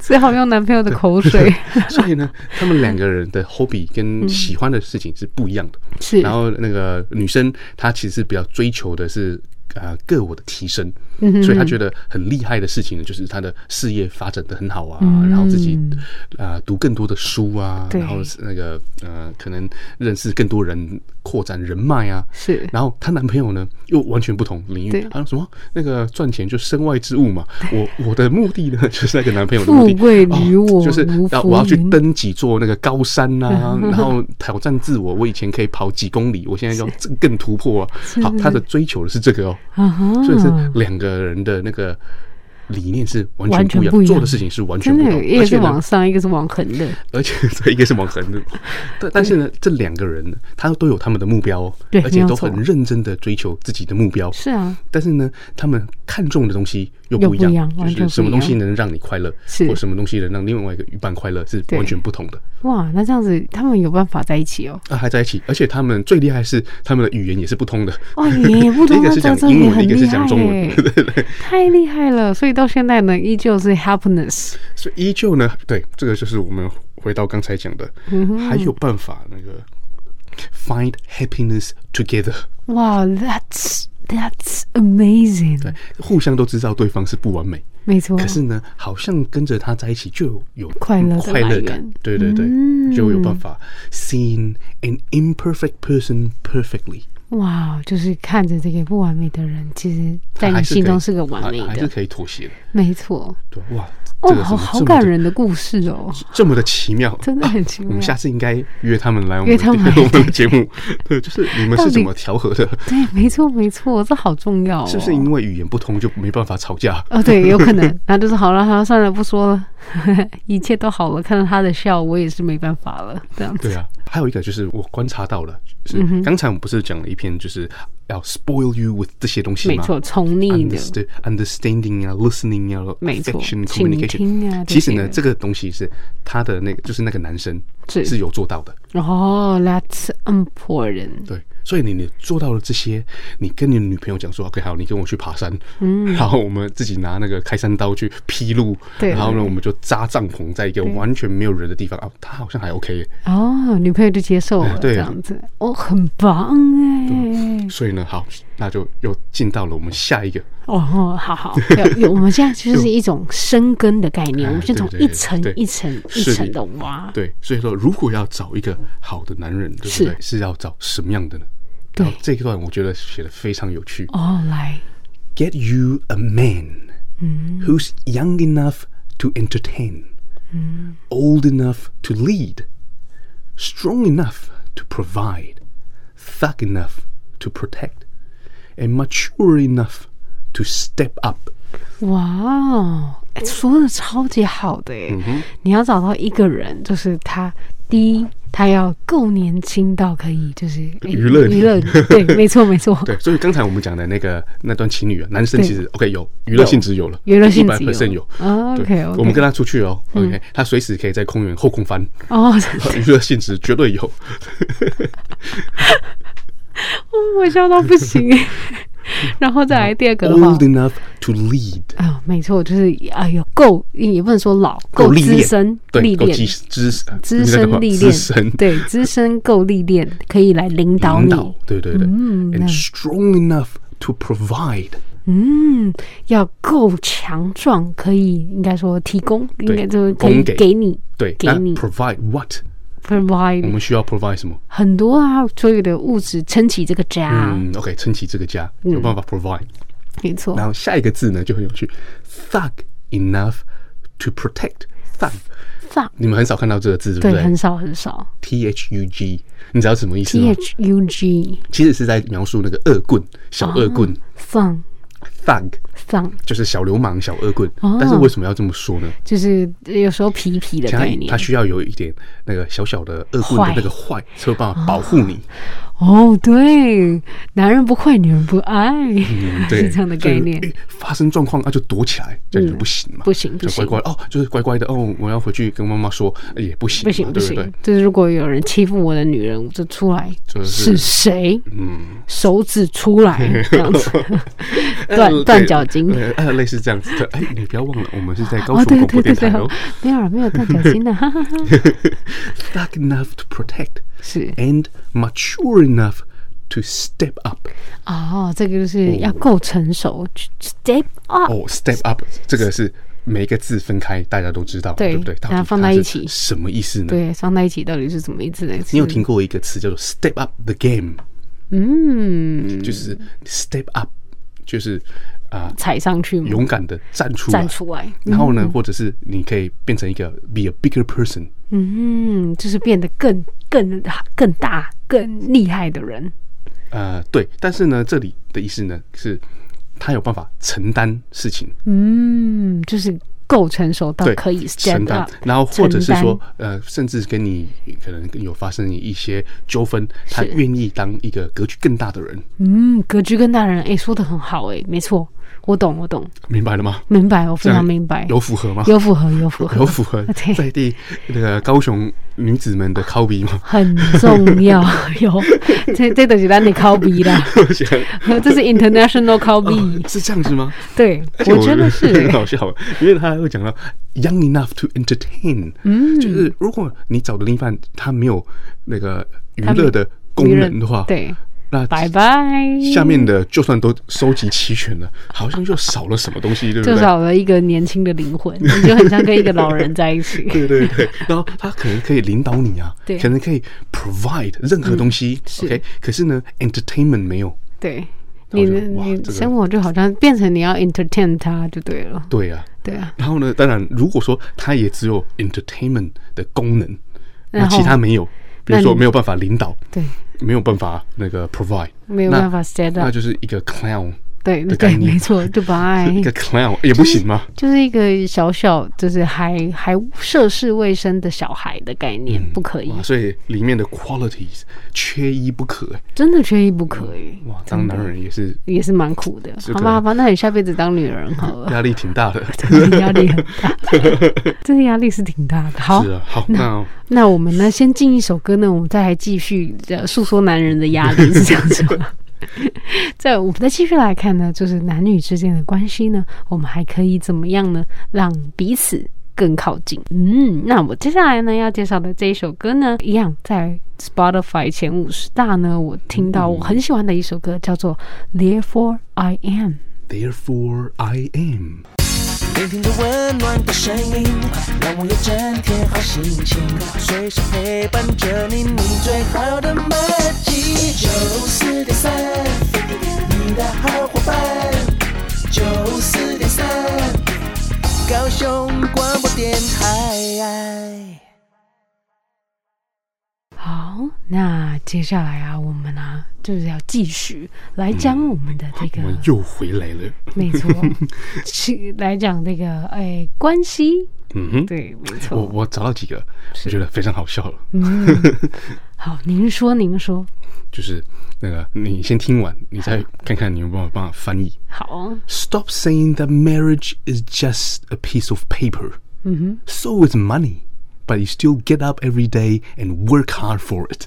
[SPEAKER 3] 只好用男朋友的口水，
[SPEAKER 2] 所以呢，他们两个人的 hobby
[SPEAKER 3] 嗯
[SPEAKER 2] 跟喜欢的事情 是不一样的。
[SPEAKER 3] 是，
[SPEAKER 2] 然后那个女生她其实比较追求的是呃个我的提升，
[SPEAKER 3] 嗯
[SPEAKER 2] 所以她觉得很厉害的事情呢，就是她的事业发展的很好啊，然后自己呃读更多的书啊，
[SPEAKER 3] 嗯对
[SPEAKER 2] 然后是那个呃可能认识更多人，扩展人脉啊。
[SPEAKER 3] 是
[SPEAKER 2] 然后她男朋友呢又完全不同领域
[SPEAKER 3] 对，
[SPEAKER 2] 他说什么那个赚钱就身外之物嘛，我我的目的呢 就是那个男朋友的目
[SPEAKER 3] 富
[SPEAKER 2] 的，
[SPEAKER 3] 贵与
[SPEAKER 2] 哦
[SPEAKER 3] 我
[SPEAKER 2] 就是
[SPEAKER 3] 如
[SPEAKER 2] 要
[SPEAKER 3] 浮
[SPEAKER 2] 我要去
[SPEAKER 3] 云
[SPEAKER 2] 登几座那个高山呐、然 后挑战自我。我以前可以跑几公里，我现在要更更突破、啊。好，他的追求的是这个哦，
[SPEAKER 3] 啊哈，
[SPEAKER 2] 所以是两个人的那个理念是完
[SPEAKER 3] 完
[SPEAKER 2] 全
[SPEAKER 3] 全
[SPEAKER 2] 不一样，
[SPEAKER 3] 不一样
[SPEAKER 2] 做的事情是完全
[SPEAKER 3] 真
[SPEAKER 2] 不
[SPEAKER 3] 的
[SPEAKER 2] 同，
[SPEAKER 3] 有，一个
[SPEAKER 2] 而且
[SPEAKER 3] 是
[SPEAKER 2] 呢
[SPEAKER 3] 往上，一个是往横的，
[SPEAKER 2] 而且这一个是往横 的，但但是呢，这两个人呢，他都有他们的目标哦，
[SPEAKER 3] 对
[SPEAKER 2] 而且
[SPEAKER 3] 没有
[SPEAKER 2] 都
[SPEAKER 3] 错
[SPEAKER 2] 很认真的追求自己的目标，
[SPEAKER 3] 是啊，
[SPEAKER 2] 但是呢，他们看重的东西又
[SPEAKER 3] 又
[SPEAKER 2] 不一
[SPEAKER 3] 不
[SPEAKER 2] 样，
[SPEAKER 3] 一样完全
[SPEAKER 2] 就
[SPEAKER 3] 不
[SPEAKER 2] 是什么
[SPEAKER 3] 一
[SPEAKER 2] 东
[SPEAKER 3] 样
[SPEAKER 2] 西能让你快乐，
[SPEAKER 3] 是
[SPEAKER 2] 或什么东西能让另外一个一半快乐，是
[SPEAKER 3] 对
[SPEAKER 2] 完全不同的。
[SPEAKER 3] 哇，那这样子他们有办法在一起哦，
[SPEAKER 2] 啊，还在一起，而且他们最厉害是他们的语言也是不通的，
[SPEAKER 3] 哇，哦语言也 不
[SPEAKER 2] 一
[SPEAKER 3] 通，啊
[SPEAKER 2] 个
[SPEAKER 3] 那
[SPEAKER 2] 是
[SPEAKER 3] 这
[SPEAKER 2] 讲
[SPEAKER 3] 真
[SPEAKER 2] 英
[SPEAKER 3] 的
[SPEAKER 2] 文，
[SPEAKER 3] 很
[SPEAKER 2] 一个是
[SPEAKER 3] 厉
[SPEAKER 2] 讲
[SPEAKER 3] 害
[SPEAKER 2] 中文，
[SPEAKER 3] 耶
[SPEAKER 2] 对，对对，
[SPEAKER 3] 太厉害了，所以到现在呢，依旧是 happiness，
[SPEAKER 2] 所以依旧呢，对，这个就是我们回到刚才讲的，
[SPEAKER 3] 嗯
[SPEAKER 2] 还有办法那个 find happiness together，
[SPEAKER 3] 哇，that's that's amazing，
[SPEAKER 2] 对，互相都知道对方是不完美，
[SPEAKER 3] 没错，
[SPEAKER 2] 可是呢，好像跟着他在一起就有有
[SPEAKER 3] 哦快乐的
[SPEAKER 2] 快
[SPEAKER 3] 来
[SPEAKER 2] 乐
[SPEAKER 3] 源嗯
[SPEAKER 2] 感，对对对，就有办法 seeing an imperfect person perfectly，
[SPEAKER 3] 哇，就是看着这个不完美的人，其实在
[SPEAKER 2] 他还
[SPEAKER 3] 你
[SPEAKER 2] 是
[SPEAKER 3] 心
[SPEAKER 2] 可以
[SPEAKER 3] 中是个完
[SPEAKER 2] 还
[SPEAKER 3] 美
[SPEAKER 2] 还是
[SPEAKER 3] 的，
[SPEAKER 2] 可以妥协的，
[SPEAKER 3] 没错，
[SPEAKER 2] 对，哇，
[SPEAKER 3] 哦
[SPEAKER 2] 这，个怎么
[SPEAKER 3] 好好
[SPEAKER 2] 这么
[SPEAKER 3] 感
[SPEAKER 2] 的
[SPEAKER 3] 人的故事哦，
[SPEAKER 2] 这么的奇妙，
[SPEAKER 3] 真的很奇
[SPEAKER 2] 我
[SPEAKER 3] 妙
[SPEAKER 2] 们。下次应该约他们来我
[SPEAKER 3] 约
[SPEAKER 2] 们
[SPEAKER 3] 他们 来
[SPEAKER 2] 我们的节目，对，就是你们
[SPEAKER 3] 到
[SPEAKER 2] 是
[SPEAKER 3] 底
[SPEAKER 2] 怎么调和的？
[SPEAKER 3] 对，没错没错，这好重要、哦。
[SPEAKER 2] 是不是因为语言不通就没办法吵架？
[SPEAKER 3] 哦，对，有 可能。然后就是好了，好了，算了，不说了， 一切都好了。看到他的笑，我也是没办法了，这样子。
[SPEAKER 2] 对啊，还有一个就是我观察到了，就是
[SPEAKER 3] 嗯
[SPEAKER 2] 刚才我们不是讲了一篇就是要 spoil you with 这些东西吗？
[SPEAKER 3] 没错，宠溺的
[SPEAKER 2] Understood- understanding 啊，listening 啊
[SPEAKER 3] 没错
[SPEAKER 2] ，affection
[SPEAKER 3] 倾听
[SPEAKER 2] communication
[SPEAKER 3] 啊这
[SPEAKER 2] 其实
[SPEAKER 3] 些
[SPEAKER 2] 呢，这个东西是他的那个，就是那个男生
[SPEAKER 3] 是
[SPEAKER 2] 是有做到的，
[SPEAKER 3] 哦、t h a t s important。
[SPEAKER 2] 对。所以你你做到了这些，你跟你的女朋友讲说，OK，好，你跟我去爬山，嗯，然后我们自己拿那个开山刀去劈路，
[SPEAKER 3] 对
[SPEAKER 2] 然后呢，我们就扎帐篷在一个完全没有人的地方啊，他好像还 OK，耶
[SPEAKER 3] 哦，女朋友就接受了，
[SPEAKER 2] 哎对
[SPEAKER 3] 这样子，哦，很棒哎、
[SPEAKER 2] 所以呢，呢，好，那就又进到了我们下一个
[SPEAKER 3] 哦，好好，有 有，我们现在就是一种深根的概 念，
[SPEAKER 2] 哎
[SPEAKER 3] 我们先从
[SPEAKER 2] 对对
[SPEAKER 3] 一
[SPEAKER 2] 对
[SPEAKER 3] 层
[SPEAKER 2] 对
[SPEAKER 3] 一层一
[SPEAKER 2] 是的
[SPEAKER 3] 层的挖。
[SPEAKER 2] 对，所以说如果要找一个好的男人，对不对？是要找什么样的呢？
[SPEAKER 3] 对
[SPEAKER 2] 然后这一段我觉得写的非常有趣。
[SPEAKER 3] 哦，来，
[SPEAKER 2] Get you a man
[SPEAKER 3] Mm.
[SPEAKER 2] who's young enough to entertain,
[SPEAKER 3] Mm.
[SPEAKER 2] old enough to lead, strong enough to provide, thug enough to protect, and mature enough to step up.
[SPEAKER 3] 哇哦，
[SPEAKER 2] 嗯
[SPEAKER 3] 哎说的超级好的哎、你要找到一个人，就是他第一，他要够年轻到可以就是哎
[SPEAKER 2] 娱乐你
[SPEAKER 3] 娱乐你，对，没错没错，
[SPEAKER 2] 对，所以刚才我们讲的那个那段情侣啊，男生
[SPEAKER 3] 对
[SPEAKER 2] 其实 OK 有娱乐性质有了，
[SPEAKER 3] 娱乐性
[SPEAKER 2] 百
[SPEAKER 3] 质有
[SPEAKER 2] percent 有。
[SPEAKER 3] 啊
[SPEAKER 2] 对
[SPEAKER 3] OK，OK 嗯
[SPEAKER 2] 我们跟他出去哦，OK，、他随时可以在公园后空翻，
[SPEAKER 3] 哦，
[SPEAKER 2] 娱乐性质绝对有。
[SPEAKER 3] 我笑到不行。 然后再来第二个的话
[SPEAKER 2] Old，enough to lead，
[SPEAKER 3] 啊，没错，就是啊，有够也不能说老，
[SPEAKER 2] 够历
[SPEAKER 3] 资
[SPEAKER 2] 练
[SPEAKER 3] 深，
[SPEAKER 2] 对，
[SPEAKER 3] 历
[SPEAKER 2] 够
[SPEAKER 3] 练，
[SPEAKER 2] 资资
[SPEAKER 3] 资
[SPEAKER 2] 那个
[SPEAKER 3] 深
[SPEAKER 2] 话
[SPEAKER 3] 历
[SPEAKER 2] 资
[SPEAKER 3] 练，
[SPEAKER 2] 深
[SPEAKER 3] 对，资深够历练，可以来领导
[SPEAKER 2] 领
[SPEAKER 3] 你，嗯
[SPEAKER 2] 导，对对对、a
[SPEAKER 3] 那
[SPEAKER 2] n d strong enough to provide，
[SPEAKER 3] 嗯，要够强壮，可以应该说提供，应该就是可以
[SPEAKER 2] 供给
[SPEAKER 3] 给你
[SPEAKER 2] 对，嗯
[SPEAKER 3] 给
[SPEAKER 2] 那
[SPEAKER 3] 你
[SPEAKER 2] provide what？我
[SPEAKER 3] provide
[SPEAKER 2] 们需要 provide 什么？
[SPEAKER 3] 很多啊，所有的物质撑起这个家，
[SPEAKER 2] 嗯，OK，撑起这个家，
[SPEAKER 3] 嗯
[SPEAKER 2] 有办法 provide。
[SPEAKER 3] 没错
[SPEAKER 2] 然，后下一个字呢就很有趣，thug enough to protect thug。
[SPEAKER 3] thug
[SPEAKER 2] 你们很少看到这个字，对不哦
[SPEAKER 3] 对，
[SPEAKER 2] 对
[SPEAKER 3] 很少很少
[SPEAKER 2] t h u g，你知道什么意思
[SPEAKER 3] ，t
[SPEAKER 2] 吗
[SPEAKER 3] h u g
[SPEAKER 2] 其实是在描述那个恶棍、小恶棍、
[SPEAKER 3] 放
[SPEAKER 2] thug，
[SPEAKER 3] 放，
[SPEAKER 2] 就是小流氓、小恶棍。
[SPEAKER 3] 哦
[SPEAKER 2] 但是为什么要这么说呢？
[SPEAKER 3] 就是有时候皮皮的
[SPEAKER 2] 他
[SPEAKER 3] 概念
[SPEAKER 2] 他，需要有一点那个小小的恶棍的
[SPEAKER 3] 坏
[SPEAKER 2] 那个坏，才有办法保护你。
[SPEAKER 3] 哦，对，男人不坏，女人不爱，
[SPEAKER 2] 嗯，对，
[SPEAKER 3] 是这样的概念嗯
[SPEAKER 2] 所以。哎发生状况那就躲起来，这样就不行嘛。
[SPEAKER 3] 不行
[SPEAKER 2] 就
[SPEAKER 3] 不
[SPEAKER 2] 乖
[SPEAKER 3] 行
[SPEAKER 2] 乖哦，就是乖乖的哦，我要回去跟妈妈说，哎也不行
[SPEAKER 3] 不
[SPEAKER 2] 嘛，
[SPEAKER 3] 行不
[SPEAKER 2] 对不
[SPEAKER 3] 行
[SPEAKER 2] 对？，
[SPEAKER 3] 就是如果有人欺负我的女人，我就出来
[SPEAKER 2] 就是
[SPEAKER 3] 是谁，
[SPEAKER 2] 嗯，
[SPEAKER 3] 手指出来这样子，断
[SPEAKER 2] 呃
[SPEAKER 3] 断脚筋。
[SPEAKER 2] 对呃，类似这样子的。哎，你不要忘了，我们是在高
[SPEAKER 3] 哦，
[SPEAKER 2] 雄
[SPEAKER 3] 对
[SPEAKER 2] 广播
[SPEAKER 3] 对
[SPEAKER 2] 电
[SPEAKER 3] 对对，
[SPEAKER 2] 台
[SPEAKER 3] 哦
[SPEAKER 2] 哦。
[SPEAKER 3] 没有了，没有断脚筋的， 哈哈哈。
[SPEAKER 2] Thug enough to protect
[SPEAKER 3] 是
[SPEAKER 2] and mature enough to step up。
[SPEAKER 3] 哦，这个就是要够成熟去，step up，
[SPEAKER 2] 哦，step up 这个是每一个字分开，大家都知道，
[SPEAKER 3] 对
[SPEAKER 2] 不对？到底
[SPEAKER 3] 把它放在
[SPEAKER 2] 它是
[SPEAKER 3] 一起
[SPEAKER 2] 什么意思呢？
[SPEAKER 3] 对，放在一起到底是怎么意思呢？
[SPEAKER 2] 你有听过一个词叫做 “step up the game”，
[SPEAKER 3] 嗯，
[SPEAKER 2] 就是 “step up”，就是啊、
[SPEAKER 3] 踩上去吗？
[SPEAKER 2] 勇敢的站出来
[SPEAKER 3] 站，出来，
[SPEAKER 2] 然后呢，或者是你可以变成一个 “be a bigger person”，
[SPEAKER 3] 嗯，就是变得更更更大、更厉害的人。
[SPEAKER 2] 呃，对。但是呢，这里的意思呢是，他有办法承担事情，
[SPEAKER 3] 嗯，就是够成熟到
[SPEAKER 2] 对，
[SPEAKER 3] 呃可以
[SPEAKER 2] 承
[SPEAKER 3] stand
[SPEAKER 2] 担
[SPEAKER 3] up，，
[SPEAKER 2] 然后或者是
[SPEAKER 3] 承担
[SPEAKER 2] 说，呃，甚至跟你可能有发生一些纠纷，他愿意当一个格局更大的人，
[SPEAKER 3] 嗯，格局更大的人，哎、说的很好、哎，没错，我懂，我懂，
[SPEAKER 2] 明白了吗？
[SPEAKER 3] 明白，我非
[SPEAKER 2] 这
[SPEAKER 3] 常
[SPEAKER 2] 样
[SPEAKER 3] 明白，
[SPEAKER 2] 有符合吗？
[SPEAKER 3] 有符合，有符 合，
[SPEAKER 2] 有符合
[SPEAKER 3] 对
[SPEAKER 2] 在地那个高雄女子们的 copy 吗？
[SPEAKER 3] 很重要，有，这这都是咱的 copy 啦，
[SPEAKER 2] 我想哦
[SPEAKER 3] 这是 international copy，
[SPEAKER 2] 是这样子 吗？
[SPEAKER 3] 对
[SPEAKER 2] 而，且
[SPEAKER 3] 我觉得是、
[SPEAKER 2] 很好笑，因为他会讲到 young enough to entertain，嗯，就是如果你找的另一半他没有那个娱乐的功能的话，
[SPEAKER 3] 对，
[SPEAKER 2] 那
[SPEAKER 3] 拜拜，
[SPEAKER 2] 下面的就算都收集齐全了，好像又少了什么东西，对不
[SPEAKER 3] 就
[SPEAKER 2] 对？
[SPEAKER 3] 少了一个年轻的灵 魂，你就很像跟一个老人在一起，
[SPEAKER 2] 对对对，然后他可能可以领导你啊，
[SPEAKER 3] 对嗯
[SPEAKER 2] 可能可以 provide 任何东西、
[SPEAKER 3] 是
[SPEAKER 2] o k 可是呢，entertainment 没有，
[SPEAKER 3] 对。
[SPEAKER 2] 然
[SPEAKER 3] 你
[SPEAKER 2] 后
[SPEAKER 3] 的
[SPEAKER 2] 就哇
[SPEAKER 3] 你
[SPEAKER 2] 这个
[SPEAKER 3] 生活就好像变成你要 entertain 他就对了，
[SPEAKER 2] 对啊，
[SPEAKER 3] 对啊，
[SPEAKER 2] 然后呢，当然，如果说它也只有 entertainment 的功能，那
[SPEAKER 3] 然后
[SPEAKER 2] 其他没有，比如
[SPEAKER 3] 那
[SPEAKER 2] 说
[SPEAKER 3] 你
[SPEAKER 2] 没有办法领导，
[SPEAKER 3] 对，
[SPEAKER 2] 没有办法那个 provide，
[SPEAKER 3] 没有
[SPEAKER 2] 那
[SPEAKER 3] 办法 stand
[SPEAKER 2] 那
[SPEAKER 3] up，
[SPEAKER 2] 就是一个 clown，
[SPEAKER 3] 对
[SPEAKER 2] 的概
[SPEAKER 3] 对，
[SPEAKER 2] 念
[SPEAKER 3] 没错，就把 爱
[SPEAKER 2] 一个 clown 也不行吗？
[SPEAKER 3] 就是一个小小，就是还还涉世未深的小孩的概念，不可以，
[SPEAKER 2] 嗯哇，啊所以里面的 qualities 缺一不可，哎
[SPEAKER 3] 真的缺一不可以，
[SPEAKER 2] 哇，当男人也是
[SPEAKER 3] 也是蛮苦的。
[SPEAKER 2] 这个
[SPEAKER 3] 好吧，好吧，那你下辈子当女人好 了，
[SPEAKER 2] 压力挺大的。
[SPEAKER 3] 真的压力很大，真的压力是挺大的。好
[SPEAKER 2] 是，啊，好，那
[SPEAKER 3] 那我们呢，先进一首歌呢，我们再来继续呃诉说男人的压力是这样子吗？再我们再继续来看呢，就是男女之间的关系呢，我们还可以怎么样呢，让彼此更靠近。嗯，那我接下来呢要介绍的这一首歌呢，一样在 Spotify 前五十大呢，我听到我很喜欢的一首歌叫做《Therefore I Am》。
[SPEAKER 2] Therefore I am。
[SPEAKER 5] 聆听着温暖的声音，让我有整天好心情，随时陪伴着你，你最好的默契。九四点三，你的好伙伴。九四点三，高雄广播电台。
[SPEAKER 3] 好，那接下来啊，我们啊就是要继续来讲我们的这
[SPEAKER 2] 我
[SPEAKER 3] 个，
[SPEAKER 2] 们又回来了。
[SPEAKER 3] 没错，是来讲这个哎关系，
[SPEAKER 2] 嗯哼，
[SPEAKER 3] 对，没
[SPEAKER 2] 我
[SPEAKER 3] 错。
[SPEAKER 2] 我找到几个，我觉得非常好笑了。
[SPEAKER 3] 好，您说，您说，
[SPEAKER 2] 就是那个，你先听完，你再看看你有没有办法翻译。
[SPEAKER 3] 好，
[SPEAKER 2] Stop saying that marriage is just a piece of paper. So is money, but you still get up every day and work hard for it.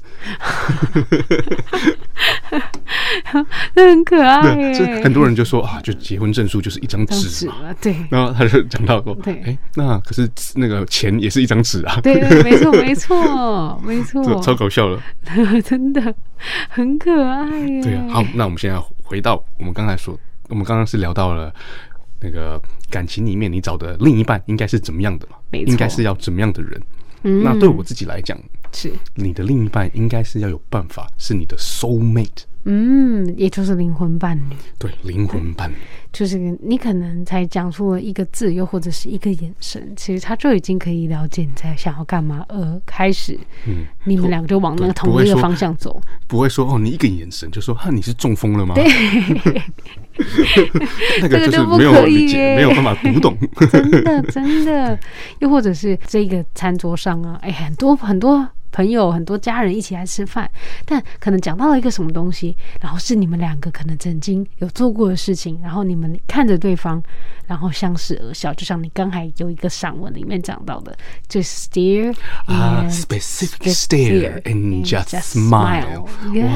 [SPEAKER 3] 这很可爱
[SPEAKER 2] 对，所以很
[SPEAKER 3] 耶，
[SPEAKER 2] 多人就说啊，就结婚证书就是一张纸
[SPEAKER 3] 哎纸
[SPEAKER 2] 嘛。
[SPEAKER 3] 啊，对，
[SPEAKER 2] 然后他就讲到说，
[SPEAKER 3] 对
[SPEAKER 2] 哎，那可是那个钱也是一张纸啊，
[SPEAKER 3] 对对，没错，没错，没
[SPEAKER 2] 这超
[SPEAKER 3] 错，
[SPEAKER 2] 搞笑的。
[SPEAKER 3] 真的很可爱耶，
[SPEAKER 2] 对啊，好，那我们现在回到我们刚才说，我们刚刚是聊到了那个感情里面，你找的另一半应该是怎么样的嘛？
[SPEAKER 3] 没错
[SPEAKER 2] 应该是要怎么样的人？
[SPEAKER 3] 嗯
[SPEAKER 2] 那对我自己来讲，
[SPEAKER 3] 是，
[SPEAKER 2] 你的另一半应该是要有办法，是你的 soul mate，
[SPEAKER 3] 嗯，也就是灵魂伴侣。
[SPEAKER 2] 对，灵魂伴侣。
[SPEAKER 3] 就是你可能才讲出了一个字，又或者是一个眼神，其实他就已经可以了解你在想要干嘛，而开始，
[SPEAKER 2] 嗯，
[SPEAKER 3] 你们两个就往那
[SPEAKER 2] 对
[SPEAKER 3] 个
[SPEAKER 2] 不
[SPEAKER 3] 同
[SPEAKER 2] 会
[SPEAKER 3] 一个
[SPEAKER 2] 说
[SPEAKER 3] 方向走。
[SPEAKER 2] 不会说哦，你一个眼神就说哈，你是中风了吗？ 对， 那个
[SPEAKER 3] 这个
[SPEAKER 2] 是
[SPEAKER 3] 就不
[SPEAKER 2] 没有
[SPEAKER 3] 可以
[SPEAKER 2] 理解，
[SPEAKER 3] 耶
[SPEAKER 2] 没有办法读懂。
[SPEAKER 3] 真 的真的，又或者是这个餐桌上啊，哎，很多很多朋友、很多家人一起来吃饭，但可能讲到了一个什么东西，然后是你们两个可能曾经有做过的事情，然后你们看着对方，然后相视而笑，就像你刚才有一个散文里面讲到的，就是 stare
[SPEAKER 2] 啊
[SPEAKER 3] and
[SPEAKER 2] ，specific stare and just smile，哇
[SPEAKER 3] Yeah，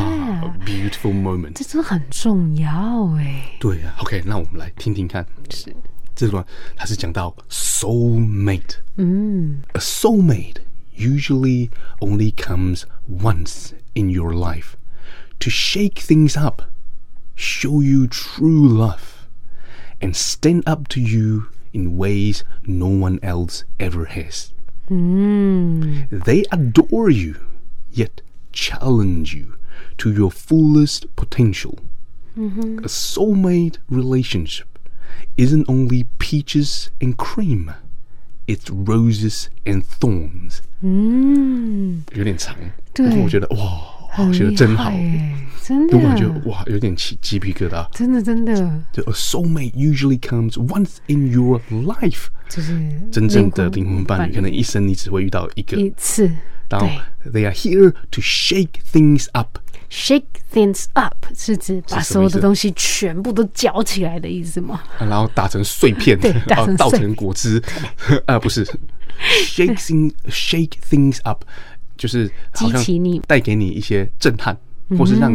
[SPEAKER 2] a，beautiful moment
[SPEAKER 3] 这。真的很重要哎，
[SPEAKER 2] 对啊，OK，那我们来听听看，是这段它是讲到 soul mate。
[SPEAKER 3] 嗯
[SPEAKER 2] A soulmate usually only comes once in your life to shake things up, show you true love, and stand up to you in ways no one else ever has.
[SPEAKER 3] 嗯。
[SPEAKER 2] They adore you, yet challenge you to your fullest potential. A soulmate relationship isn't only peaches and cream, it's roses and thorns.
[SPEAKER 3] 嗯，
[SPEAKER 2] 有点长，
[SPEAKER 3] 对
[SPEAKER 2] 但是我觉得哇，写的真 Mm. 好
[SPEAKER 3] 很，厉害耶，真的，
[SPEAKER 2] 读完就哇有点起鸡皮疙瘩。
[SPEAKER 3] 真的真的
[SPEAKER 2] 就 a soulmate usually comes once in your life，
[SPEAKER 3] 就是
[SPEAKER 2] 真正的灵魂伴侣，可能一生你只会遇到一个
[SPEAKER 3] 一。次。
[SPEAKER 2] 然后 they are here to shake things up，
[SPEAKER 3] Shake things up 是指把
[SPEAKER 2] 是什
[SPEAKER 3] 所
[SPEAKER 2] 么意
[SPEAKER 3] 有
[SPEAKER 2] 思
[SPEAKER 3] 的东西全部都搅起来的意思吗？
[SPEAKER 2] 然后打成碎片，
[SPEAKER 3] 对打
[SPEAKER 2] 然后
[SPEAKER 3] 成
[SPEAKER 2] 倒
[SPEAKER 3] 碎
[SPEAKER 2] 成果汁， 啊不是 shake things shake things up，就是好像
[SPEAKER 3] 激起你
[SPEAKER 2] 带给你一些震撼，或是让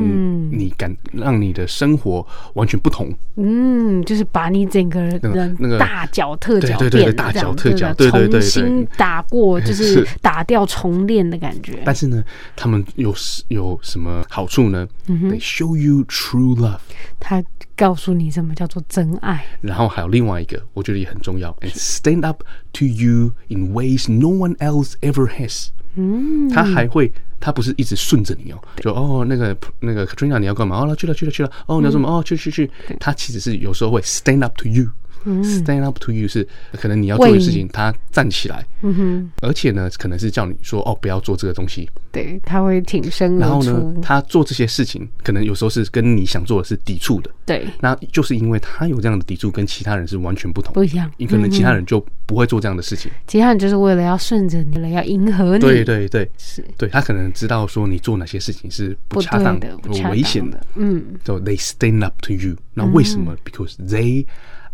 [SPEAKER 2] 你感让你的生活完全不同。
[SPEAKER 3] 嗯，就是把你整个
[SPEAKER 2] 那个
[SPEAKER 3] 人
[SPEAKER 2] 那个
[SPEAKER 3] 大搅特
[SPEAKER 2] 对
[SPEAKER 3] 搅
[SPEAKER 2] 对对
[SPEAKER 3] 变，
[SPEAKER 2] 对
[SPEAKER 3] 这样
[SPEAKER 2] 大搅
[SPEAKER 3] 对
[SPEAKER 2] 特搅
[SPEAKER 3] 吧
[SPEAKER 2] 对对对对
[SPEAKER 3] 重新打过，就是是打掉重练的感觉。
[SPEAKER 2] 但是呢，他们有有什么好处呢、t
[SPEAKER 3] 嗯
[SPEAKER 2] h e y show you true love。
[SPEAKER 3] 他告诉你什么叫做真爱，
[SPEAKER 2] 然后还有另外一个，我觉得也很重要，and stand up to you in ways no one else ever has。嗯，他还会，他不是一直顺着你哦，就哦那个那个 Katrina 你要干嘛？哦去了去了去了，哦你要什么？哦去去去。他其实是有时候会 stand up to you。Stand up to you 是可能你要做
[SPEAKER 3] 为
[SPEAKER 2] 的
[SPEAKER 3] 你
[SPEAKER 2] 事情，他站起来，嗯哼，而且呢，可能是叫你说哦，不要做这个东西，
[SPEAKER 3] 对，他会挺身
[SPEAKER 2] 然
[SPEAKER 3] 而
[SPEAKER 2] 后呢，
[SPEAKER 3] 出。
[SPEAKER 2] 他做这些事情，可能有时候是跟你想做的是抵触的。
[SPEAKER 3] 对，
[SPEAKER 2] 那就是因为他有这样的抵触，跟其他人是完全不同，
[SPEAKER 3] 不一样
[SPEAKER 2] 你可能其他人就不会做这样的事情。
[SPEAKER 3] 其他人就是为了要顺着你，为了要迎合你。
[SPEAKER 2] 对对对，
[SPEAKER 3] 是
[SPEAKER 2] 对他可能知道说你做哪些事情是不
[SPEAKER 3] 不
[SPEAKER 2] 恰
[SPEAKER 3] 对
[SPEAKER 2] 当
[SPEAKER 3] 的，不
[SPEAKER 2] 有
[SPEAKER 3] 恰当
[SPEAKER 2] 危险
[SPEAKER 3] 的。嗯，
[SPEAKER 2] So they stand up to you。那为什么？Because they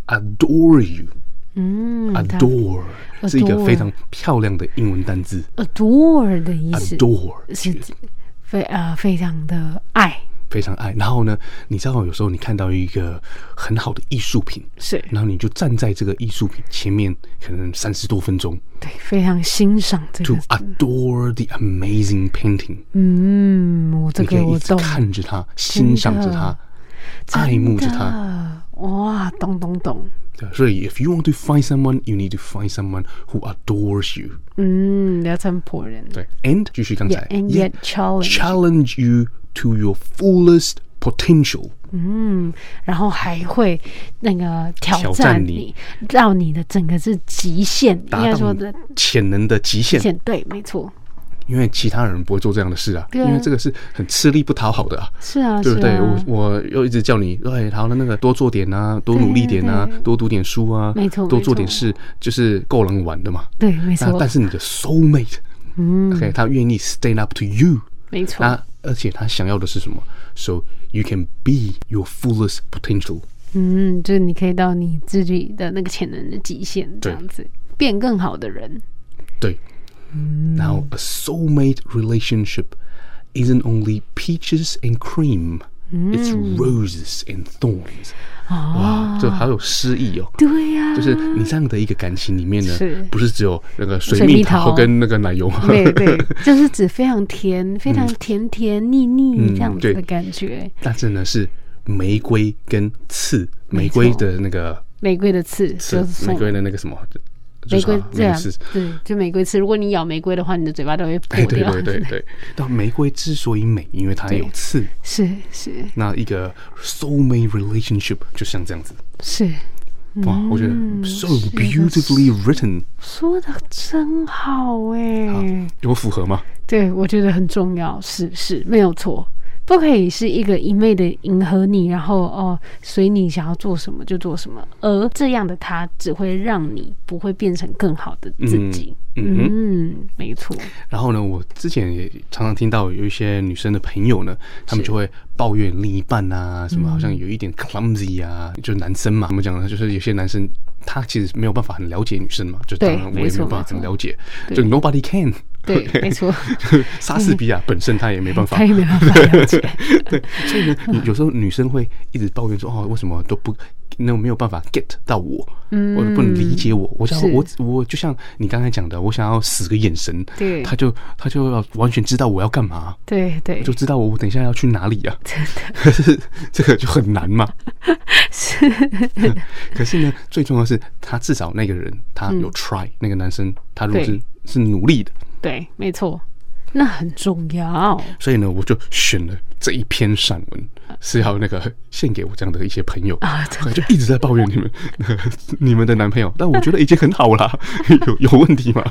[SPEAKER 2] adore you。
[SPEAKER 3] 嗯他
[SPEAKER 2] adore 是一个非常漂亮的英文单字。
[SPEAKER 3] adore 的意思
[SPEAKER 2] adore
[SPEAKER 3] 是指非呃非常的爱，
[SPEAKER 2] 非常爱。然后呢，你知道有时候你看到一个很好的艺术品，
[SPEAKER 3] 是
[SPEAKER 2] 然后你就站在这个艺术品前面，可能三十多分钟
[SPEAKER 3] 对，非常欣赏这
[SPEAKER 2] ，to
[SPEAKER 3] 个。
[SPEAKER 2] adore the amazing painting，
[SPEAKER 3] 嗯，我这
[SPEAKER 2] 你可
[SPEAKER 3] 个
[SPEAKER 2] 以一
[SPEAKER 3] 我
[SPEAKER 2] 直
[SPEAKER 3] 懂，
[SPEAKER 2] 看着它，欣赏着它，爱慕着它。
[SPEAKER 3] 它。哇，懂懂懂，
[SPEAKER 2] 对所以，if you want to find someone, you need to find someone who adores you.
[SPEAKER 3] 嗯，聊成婆人。
[SPEAKER 2] 对，and 继续刚才
[SPEAKER 3] Yeah, and yet challenge，
[SPEAKER 2] challenge you to your fullest potential.
[SPEAKER 3] 嗯，然后还会那个挑
[SPEAKER 2] 挑
[SPEAKER 3] 战
[SPEAKER 2] 战
[SPEAKER 3] 你，让你的整个是极限，应
[SPEAKER 2] 达
[SPEAKER 3] 该
[SPEAKER 2] 到
[SPEAKER 3] 说
[SPEAKER 2] 你
[SPEAKER 3] 的
[SPEAKER 2] 潜能的极限
[SPEAKER 3] 极，限，对，没错，
[SPEAKER 2] 因为其他人不会做这样的事啊，
[SPEAKER 3] 对啊
[SPEAKER 2] 因为这个是很吃力不讨好的啊，
[SPEAKER 3] 是啊，
[SPEAKER 2] 对不
[SPEAKER 3] 是
[SPEAKER 2] 对？
[SPEAKER 3] 啊
[SPEAKER 2] 我我又一直叫你，哎，好了，那个多做点啊，多努力点啊
[SPEAKER 3] 对对，
[SPEAKER 2] 多读点书啊，
[SPEAKER 3] 没错
[SPEAKER 2] 多
[SPEAKER 3] 没
[SPEAKER 2] 做
[SPEAKER 3] 错
[SPEAKER 2] 点事，就是够狼玩的嘛。
[SPEAKER 3] 对，没
[SPEAKER 2] 那
[SPEAKER 3] 错
[SPEAKER 2] 啊但，是你的 soul mate，嗯，OK，他愿意 stand up to you，
[SPEAKER 3] 没错，
[SPEAKER 2] 他而且他想要的是什么？So you can be your fullest potential。
[SPEAKER 3] 嗯，就是你可以到你自己的那个潜能的极限，这
[SPEAKER 2] 对
[SPEAKER 3] 样子变更好的人，
[SPEAKER 2] 对。Now a soulmate relationship isn't only peaches and cream. It's roses and thorns，、哇，这好有诗意哦！
[SPEAKER 3] 对呀、
[SPEAKER 2] 就是你这样的一个感情里面呢，
[SPEAKER 3] 是
[SPEAKER 2] 不是只有那个水
[SPEAKER 3] 水蜜
[SPEAKER 2] 蜜
[SPEAKER 3] 桃
[SPEAKER 2] 桃跟那个奶油？
[SPEAKER 3] 对对，就是指非常甜，非常甜甜腻腻
[SPEAKER 2] 嗯
[SPEAKER 3] 这样子
[SPEAKER 2] 对
[SPEAKER 3] 的感觉。
[SPEAKER 2] 但是呢是玫瑰跟刺，
[SPEAKER 3] 没
[SPEAKER 2] 玫
[SPEAKER 3] 错
[SPEAKER 2] 瑰的那个
[SPEAKER 3] 玫瑰的刺就
[SPEAKER 2] 刺
[SPEAKER 3] 是，送
[SPEAKER 2] 玫瑰的那个什么，就
[SPEAKER 3] 玫
[SPEAKER 2] 是
[SPEAKER 3] 瑰
[SPEAKER 2] 啊
[SPEAKER 3] 这
[SPEAKER 2] 那个
[SPEAKER 3] 样
[SPEAKER 2] 刺，
[SPEAKER 3] 对，就玫瑰刺。如果你咬玫瑰的话，你的嘴巴都会破
[SPEAKER 2] 哎，对
[SPEAKER 3] 掉。
[SPEAKER 2] 对对对。但玫瑰之所以美，因为它有刺。
[SPEAKER 3] 是是
[SPEAKER 2] 那一个 soulmate relationship 就像这样子，
[SPEAKER 3] 是，
[SPEAKER 2] 哇，我觉得 so
[SPEAKER 3] 是的
[SPEAKER 2] beautifully written，
[SPEAKER 3] 说的真好哎、
[SPEAKER 2] 有符合吗？
[SPEAKER 3] 对，我觉得很重要，是是没有错。不可以是一个一昧的迎合你，然后哦随你想要做什么就做什么，而这样的他只会让你不会变成更好的自己。
[SPEAKER 2] 嗯哼
[SPEAKER 3] 嗯，没错，
[SPEAKER 2] 然后呢，我之前也常常听到有一些女生的朋友呢，他们就会抱怨另一半
[SPEAKER 3] 嗯
[SPEAKER 2] 啊，什么好像有一点 clumsy 啊，就是男生嘛，怎么讲呢？就是有些男生他其实没有办法很了解女生嘛，就当
[SPEAKER 3] 对
[SPEAKER 2] 然我也
[SPEAKER 3] 没
[SPEAKER 2] 没
[SPEAKER 3] 错
[SPEAKER 2] 有办法
[SPEAKER 3] 没
[SPEAKER 2] 很
[SPEAKER 3] 错
[SPEAKER 2] 了解，
[SPEAKER 3] 对嗯
[SPEAKER 2] 就 nobody can。
[SPEAKER 3] 对，没 错，
[SPEAKER 2] 莎士比亚本身他也没办法
[SPEAKER 3] 他，也没办法了解。
[SPEAKER 2] 所以呢，你有时候女生会一直抱怨说：“哦，为什么都不那没有办法 get 到我，或者不能理解我？我想
[SPEAKER 3] 嗯是
[SPEAKER 2] 我我就像你刚才讲的，我想要使个眼神，
[SPEAKER 3] 对
[SPEAKER 2] 他就他就要完全知道我要干嘛，
[SPEAKER 3] 对对，
[SPEAKER 2] 就知道我等一下要去哪里啊。
[SPEAKER 3] 真的
[SPEAKER 2] 可是这个就很难嘛。
[SPEAKER 3] 是，
[SPEAKER 2] 可是呢，最重要的是他至少那个人他有 try，、那个男生他如果是
[SPEAKER 3] 嗯对
[SPEAKER 2] 是努力的，
[SPEAKER 3] 对，没错，啊那很重 要。
[SPEAKER 2] 所以呢，我就选了这一篇散文，是要那个献给我这样的一些朋友
[SPEAKER 3] 啊真的
[SPEAKER 2] 就一直在抱怨你们 你们的男朋友，但我觉得已经很好啦， 有有问 题吗？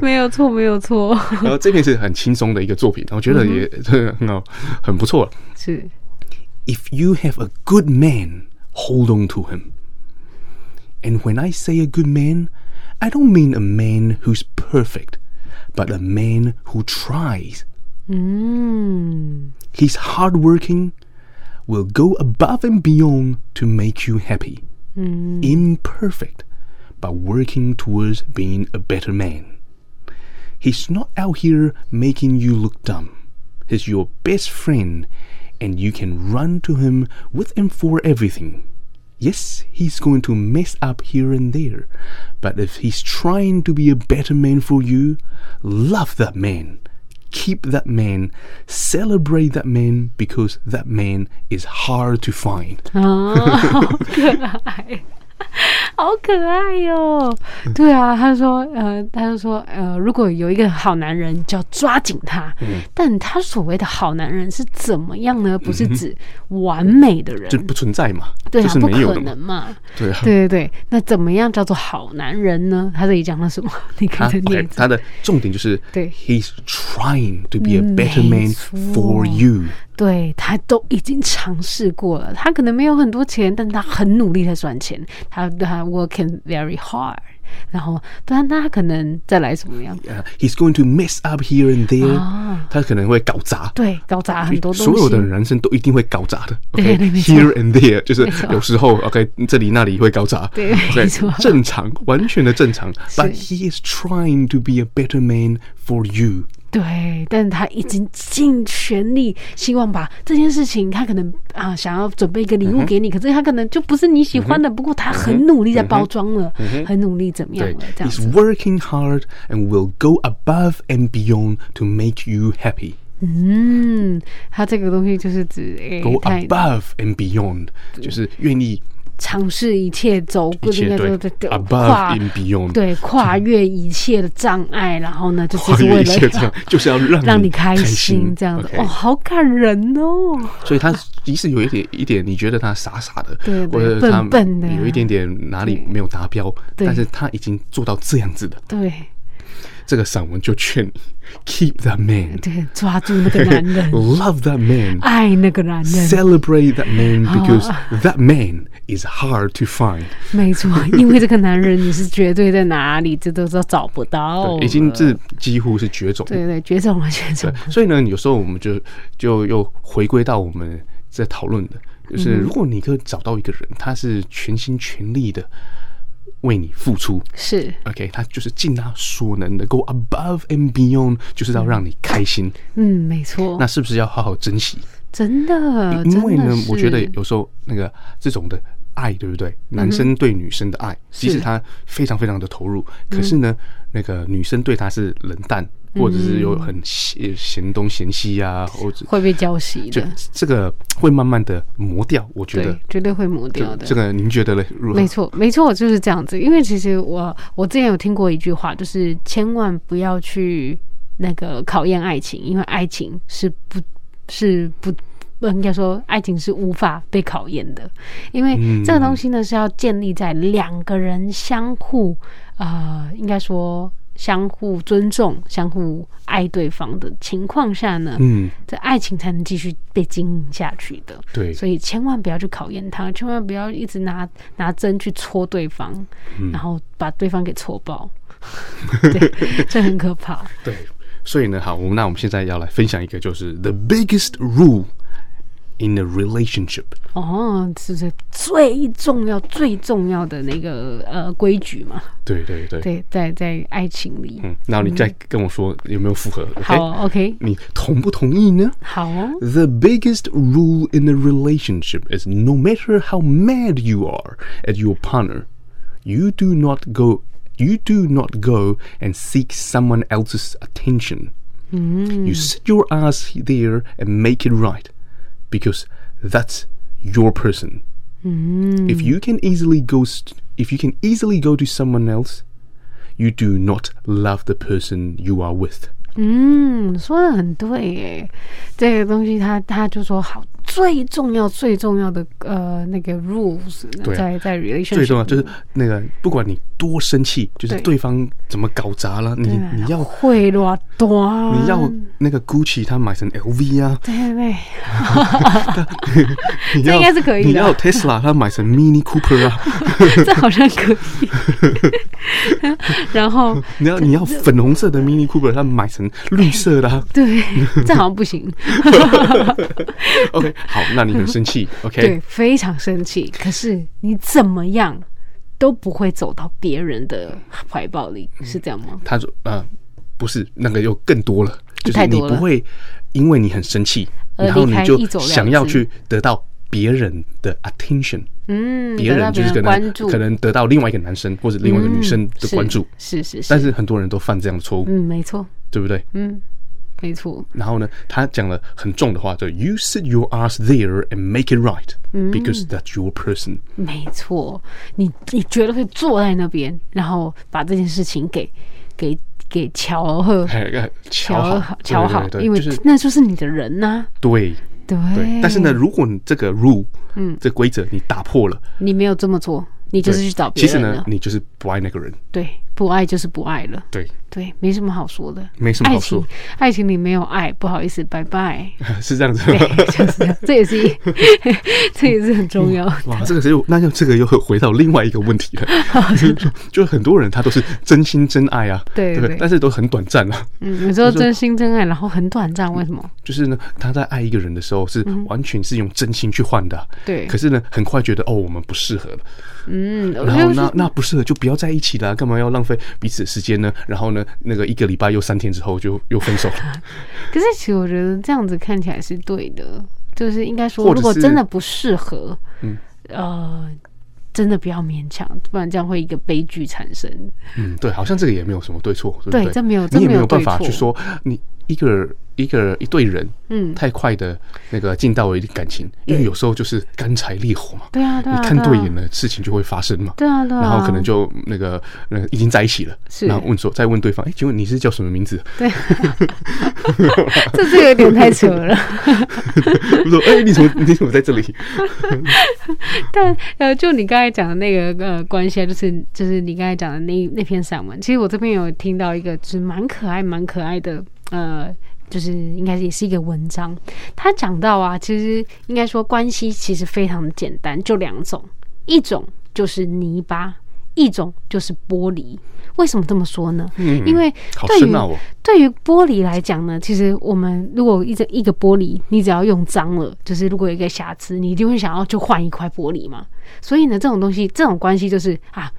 [SPEAKER 3] 没有错，没有错，
[SPEAKER 2] 然后这篇是很轻松的一个作品，我觉得也 很好，很不错。
[SPEAKER 3] 是
[SPEAKER 2] If you have a good man, hold on to him. And when I say a good man, I don't mean a man who's perfect, but a man who tries.
[SPEAKER 3] 嗯，
[SPEAKER 2] He's hardworking, will go above and beyond to make you happy. Imperfect, but working towards being a better man. He's not out here making you look dumb. He's your best friend, and you can run to him with and for everything. Yes, he's going to mess up here and there, but if he's trying to be a better man for you, love that man. Keep that man, celebrate that man because that man is hard to find.
[SPEAKER 3] 啊，好可爱。好可爱哟、对啊，他说，呃，他就说，呃，如果有一个好男人，就要抓紧他。但他所谓的好男人是怎么样呢？不是指完美的人，
[SPEAKER 2] 这不存在嘛？
[SPEAKER 3] 对
[SPEAKER 2] 就
[SPEAKER 3] 啊，
[SPEAKER 2] 是
[SPEAKER 3] 不
[SPEAKER 2] 没有
[SPEAKER 3] 可
[SPEAKER 2] 的
[SPEAKER 3] 能
[SPEAKER 2] 嘛。
[SPEAKER 3] 嘛。
[SPEAKER 2] 对 啊，
[SPEAKER 3] 对对对，那怎么样叫做好男人呢？他这里讲了什么？ 你
[SPEAKER 2] 他
[SPEAKER 3] 看着
[SPEAKER 2] OK，
[SPEAKER 3] 念。
[SPEAKER 2] 他的重点就是
[SPEAKER 3] 对
[SPEAKER 2] ，he's trying to be a
[SPEAKER 3] 嗯
[SPEAKER 2] better
[SPEAKER 3] 没
[SPEAKER 2] man
[SPEAKER 3] 错
[SPEAKER 2] for you。
[SPEAKER 3] 对他都已经尝试过了，他可能没有很多钱，但他很努力在赚钱，他他 working very hard，然后但他可能再来什么样？
[SPEAKER 2] 呃 He's going to mess up here and there，、
[SPEAKER 3] 啊
[SPEAKER 2] 他可能会搞砸。
[SPEAKER 3] 对，搞砸很多东西，
[SPEAKER 2] 所有的人生都一定会搞砸的。
[SPEAKER 3] 对对没错
[SPEAKER 2] OK，here、and there，就是
[SPEAKER 3] 错
[SPEAKER 2] 有时候 OK 这里那里会搞砸。
[SPEAKER 3] 对
[SPEAKER 2] OK，
[SPEAKER 3] 没错
[SPEAKER 2] 正常，完全的正常。But he is trying to be a better man for you。
[SPEAKER 3] 对，但是他已经尽全力，希望把这件事情，他可能啊、想要准备一个
[SPEAKER 2] 嗯
[SPEAKER 3] 礼物给你，可是他可能就不是你喜欢的。不过他很努
[SPEAKER 2] 嗯
[SPEAKER 3] 力在包装了，很努力怎么样了，这样
[SPEAKER 2] He's
[SPEAKER 3] 子。
[SPEAKER 2] working hard and will go above and beyond to make you happy.
[SPEAKER 3] 嗯，他这个东西就是指诶、
[SPEAKER 2] Go
[SPEAKER 3] 太
[SPEAKER 2] 哦 above and beyond 就是愿意
[SPEAKER 3] 尝试一切，走
[SPEAKER 2] 一
[SPEAKER 3] 过应
[SPEAKER 2] 切
[SPEAKER 3] 该
[SPEAKER 2] 对
[SPEAKER 3] 说对对跨
[SPEAKER 2] above and beyond
[SPEAKER 3] 对跨越一切的障碍，然后呢，就只
[SPEAKER 2] 跨
[SPEAKER 3] 是
[SPEAKER 2] 越
[SPEAKER 3] 为
[SPEAKER 2] 一切这
[SPEAKER 3] 了
[SPEAKER 2] 样。，就是要让
[SPEAKER 3] 让你
[SPEAKER 2] 开
[SPEAKER 3] 开心，这样子
[SPEAKER 2] OK
[SPEAKER 3] 哦，好感人哦。
[SPEAKER 2] 所以他即使有一点一点，你觉得他傻傻的，
[SPEAKER 3] 对对
[SPEAKER 2] 或者他
[SPEAKER 3] 笨笨的呀
[SPEAKER 2] 有一点点哪里没有达标，
[SPEAKER 3] 对
[SPEAKER 2] 但是他已经做到这样子的，
[SPEAKER 3] 对
[SPEAKER 2] 这个散文就劝你 keep that man，
[SPEAKER 3] 对，抓住那个男 人，
[SPEAKER 2] love that man。
[SPEAKER 3] 爱那个男人，啊
[SPEAKER 2] Celebrate that man because that man is hard to find。
[SPEAKER 3] 没 错，因为这个男人你是绝对在哪里，这都都找不到，
[SPEAKER 2] 对已经是几乎是绝种。
[SPEAKER 3] 哦对对绝种了，绝种
[SPEAKER 2] 对
[SPEAKER 3] 了。，
[SPEAKER 2] 所以呢，有时候我们就就又回归到我们在讨论的，
[SPEAKER 3] 嗯
[SPEAKER 2] 就是如果你可以找到一个人，他是全心全力的为你付出，
[SPEAKER 3] 是，
[SPEAKER 2] OK，他就是尽他所能的，go above and beyond，就是要让你开心。
[SPEAKER 3] 嗯，没错
[SPEAKER 2] 那，是不是要好好珍惜？
[SPEAKER 3] 真的，
[SPEAKER 2] 因为
[SPEAKER 3] 哦真
[SPEAKER 2] 呢
[SPEAKER 3] 的，是嗯
[SPEAKER 2] 我觉得有时候那个这种的爱，对不对？男生对女生的爱，即使他非常非常的投入，
[SPEAKER 3] 嗯
[SPEAKER 2] 可是呢，那个女生对他是冷淡，或者是有很嫌嫌东嫌西啊，或者
[SPEAKER 3] 会被浇熄
[SPEAKER 2] 就
[SPEAKER 3] 的，
[SPEAKER 2] 这个会慢慢的磨掉。我觉得
[SPEAKER 3] 对，绝对会磨掉
[SPEAKER 2] 这
[SPEAKER 3] 的
[SPEAKER 2] 这。个您觉得嘞？如何？
[SPEAKER 3] 没错，没错，就是这样子。因为其实我我之前有听过一句话，就是千万不要去那个考验爱情，因为爱情是不是不。不应该说，爱情是无法被考验的，因为
[SPEAKER 2] 嗯
[SPEAKER 3] 这个东西呢是要建立在两个人相互，呃，应该说相互尊重、相互爱对方的情况下呢，
[SPEAKER 2] 嗯，
[SPEAKER 3] 这爱情才能继续被经营下去的。
[SPEAKER 2] 对
[SPEAKER 3] 所以千万不要去考验他，千万不要一直拿拿针去戳对方，
[SPEAKER 2] 嗯
[SPEAKER 3] 然后把对方给戳爆。 对，这很可怕。
[SPEAKER 2] 对，所以呢，好，我们那我们现在要来分享一个，就是 the biggest rule in a relationship，
[SPEAKER 3] 哦，这是最重要、最重要的那个呃规矩嘛？
[SPEAKER 2] 对对对，
[SPEAKER 3] 对，在在爱情里。
[SPEAKER 2] 嗯，哎然后你再跟我说有没有符合，OK？
[SPEAKER 3] 好哦，OK，
[SPEAKER 2] 你同不同意呢
[SPEAKER 3] 好哦。
[SPEAKER 2] ？The biggest rule in a relationship is no matter how mad you are at your partner, you do not go, you do not go and seek someone else's attention. You sit your ass there and make it right because that's your person. If you can easily go st- if you can easily go to someone else, you do not love the person you are with.
[SPEAKER 3] 嗯，说的很对耶，这个东西他他就说好，最重要最重要的呃那个 rules 呢
[SPEAKER 2] 对啊
[SPEAKER 3] 在在 relationship
[SPEAKER 2] 最重要就是那个，不管你多生气，就是
[SPEAKER 3] 对
[SPEAKER 2] 对方怎么搞砸了，你
[SPEAKER 3] 对啊
[SPEAKER 2] 你要
[SPEAKER 3] 会乱端，
[SPEAKER 2] 你要那个 Gucci 他买成 LV 啊，
[SPEAKER 3] 对对 对，
[SPEAKER 2] 你要
[SPEAKER 3] 应该是可以的
[SPEAKER 2] 你要 Tesla 他买成 Mini Cooper 啊，
[SPEAKER 3] 这好像可以。 然后
[SPEAKER 2] 你要你要粉红色的 Mini Cooper 他买成绿色的啊。
[SPEAKER 3] 对，这好像 不行。
[SPEAKER 2] OK，好，那你很生气
[SPEAKER 3] 对，
[SPEAKER 2] ，OK，
[SPEAKER 3] 非常生气。可是你怎么样都不会走到别人的怀抱里，
[SPEAKER 2] 嗯
[SPEAKER 3] 是这样吗？
[SPEAKER 2] 他说呃不是那个又更多了，就是
[SPEAKER 3] 太
[SPEAKER 2] 你
[SPEAKER 3] 多了
[SPEAKER 2] 不会因为你很生气，
[SPEAKER 3] 而
[SPEAKER 2] 然后
[SPEAKER 3] 离
[SPEAKER 2] 你
[SPEAKER 3] 开
[SPEAKER 2] 就
[SPEAKER 3] 一走了之
[SPEAKER 2] 想要去得到别人的 attention。
[SPEAKER 3] 嗯，
[SPEAKER 2] 别
[SPEAKER 3] 得
[SPEAKER 2] 人
[SPEAKER 3] 到
[SPEAKER 2] 就是
[SPEAKER 3] 别
[SPEAKER 2] 可能
[SPEAKER 3] 人关注，
[SPEAKER 2] 可能得到另外一个男生或者另外一个女生的
[SPEAKER 3] 嗯
[SPEAKER 2] 关注，
[SPEAKER 3] 是是是，
[SPEAKER 2] 但是很多人都犯这样的错误，
[SPEAKER 3] 嗯，没错，
[SPEAKER 2] 对不对？
[SPEAKER 3] 嗯，没错，
[SPEAKER 2] 然后呢，他讲了很重的话，就 You sit your ass there and make it right
[SPEAKER 3] 嗯
[SPEAKER 2] because that's your person。
[SPEAKER 3] 没错，你你绝对会坐在那边，然后把这件事情给给给乔尔赫
[SPEAKER 2] 哎哎
[SPEAKER 3] 乔
[SPEAKER 2] 瞧
[SPEAKER 3] 尔
[SPEAKER 2] 好，
[SPEAKER 3] 乔好，
[SPEAKER 2] 对对对
[SPEAKER 3] 因为哎
[SPEAKER 2] 就是
[SPEAKER 3] 那就是你的人呐、
[SPEAKER 2] 对
[SPEAKER 3] 对
[SPEAKER 2] 对。但是呢，，如果你这个 rule，嗯，这规则你打破了，
[SPEAKER 3] 你没有这么做，你就是去找别
[SPEAKER 2] 其实
[SPEAKER 3] 人
[SPEAKER 2] 呢
[SPEAKER 3] 了，。
[SPEAKER 2] 你就是不爱那个人，
[SPEAKER 3] 对，不爱就是不爱了。
[SPEAKER 2] 对，
[SPEAKER 3] 对，没什么好说的。
[SPEAKER 2] 没什么好说
[SPEAKER 3] 爱，情，爱情里没有爱，不好意思，拜拜。
[SPEAKER 2] 是这样子吗。
[SPEAKER 3] 对，就是这样，这也是一， 这也是很重要。
[SPEAKER 2] 哇，这个是又那就这个又回到另外一个问题了， 就是说就很多人他都是真心真爱啊，
[SPEAKER 3] 对
[SPEAKER 2] 对不对
[SPEAKER 3] 对？
[SPEAKER 2] 但是都很短暂啊，
[SPEAKER 3] 嗯，有时候真心真爱，然后很短暂，为什么？
[SPEAKER 2] 就是呢，他在爱一个人的时候是完全是用真心去换的啊、
[SPEAKER 3] 嗯对
[SPEAKER 2] 可是呢，很快觉得哦，我们不适合了，
[SPEAKER 3] 嗯，我
[SPEAKER 2] 然
[SPEAKER 3] 觉
[SPEAKER 2] 后
[SPEAKER 3] 得
[SPEAKER 2] 那那不适合就不要在一起了啊、干嘛要浪费彼此的时间呢，然后呢，那个一个礼拜又三天之后就又分手 了。
[SPEAKER 3] 可是其实我觉得这样子看起来是对的，就是应该
[SPEAKER 2] 或
[SPEAKER 3] 说，
[SPEAKER 2] 者
[SPEAKER 3] 如果
[SPEAKER 2] 是嗯
[SPEAKER 3] 真的不适合，呃，真的不要勉强，不然这样会一个悲剧产生。
[SPEAKER 2] 嗯，对，好像这个也没有什么对错，对不
[SPEAKER 3] 对
[SPEAKER 2] 对？
[SPEAKER 3] 这没有这
[SPEAKER 2] 你也
[SPEAKER 3] 没
[SPEAKER 2] 没
[SPEAKER 3] 有
[SPEAKER 2] 有办
[SPEAKER 3] 对
[SPEAKER 2] 法
[SPEAKER 3] 错
[SPEAKER 2] 去说你一个一个一对人，
[SPEAKER 3] 嗯
[SPEAKER 2] 太快的那个进到了一定感情，因为有时候就是干柴烈火嘛，
[SPEAKER 3] 对啊，对啊，
[SPEAKER 2] 你看对眼
[SPEAKER 3] 了，
[SPEAKER 2] 了，事情就会发生嘛。
[SPEAKER 3] 对啊，对啊，
[SPEAKER 2] 然后可能就那个那个已经在一起了，
[SPEAKER 3] 是
[SPEAKER 2] 然后问说再问对方，哎，请问你是叫什么名字？
[SPEAKER 3] 对， 这是有点太扯 了。
[SPEAKER 2] 我说哎，你怎么 你怎么在这里？
[SPEAKER 3] 但呃，就你刚才讲的那个呃关系啊，就是就是你刚才讲的那那篇散文，其实我这边有听到一个就是蛮可爱蛮可爱的呃。就是应该也是一个文章，他讲到啊，其实应该说关系其实非常的简单，就两种，一种就是泥巴，一种就是玻璃。为什么这么说呢？
[SPEAKER 2] 嗯
[SPEAKER 3] 因为
[SPEAKER 2] 好
[SPEAKER 3] 对
[SPEAKER 2] 深
[SPEAKER 3] 于、
[SPEAKER 2] 奥哦，
[SPEAKER 3] 对于玻璃来讲呢，其实我们如果一整一个玻璃，你只要用脏了，就是如果有一个瑕疵，你一定会想要就换一块玻璃嘛。所以呢，这种东西，这种关系就是啊，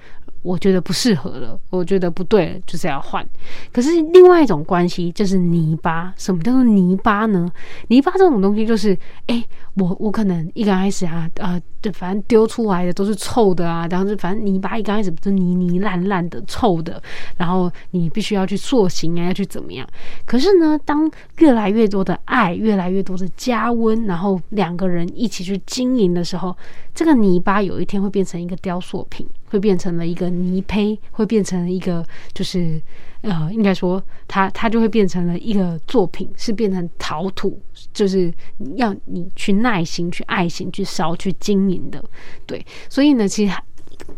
[SPEAKER 3] 我觉得不适合了，我觉得不对了，就是要换。可是另外一种关系就是泥巴，什么叫做泥巴呢？泥巴这种东西就是，哎、我我可能一刚开始啊，呃，对，反正丢出来的都是臭的啊，然后就反正泥巴一刚开始不是泥泥烂烂的、臭的，然后你必须要去塑形啊，要去怎么样？可是呢，当越来越多的爱、越来越多的加温，然后两个人一起去经营的时候，这个泥巴有一天会变成一个雕塑品，会变成了一个泥胚，会变成一个就是呃，应该说它它就会变成了一个作品，是变成陶土，就是要你去耐心、去爱心、去烧、去经营的。对，所以呢，其实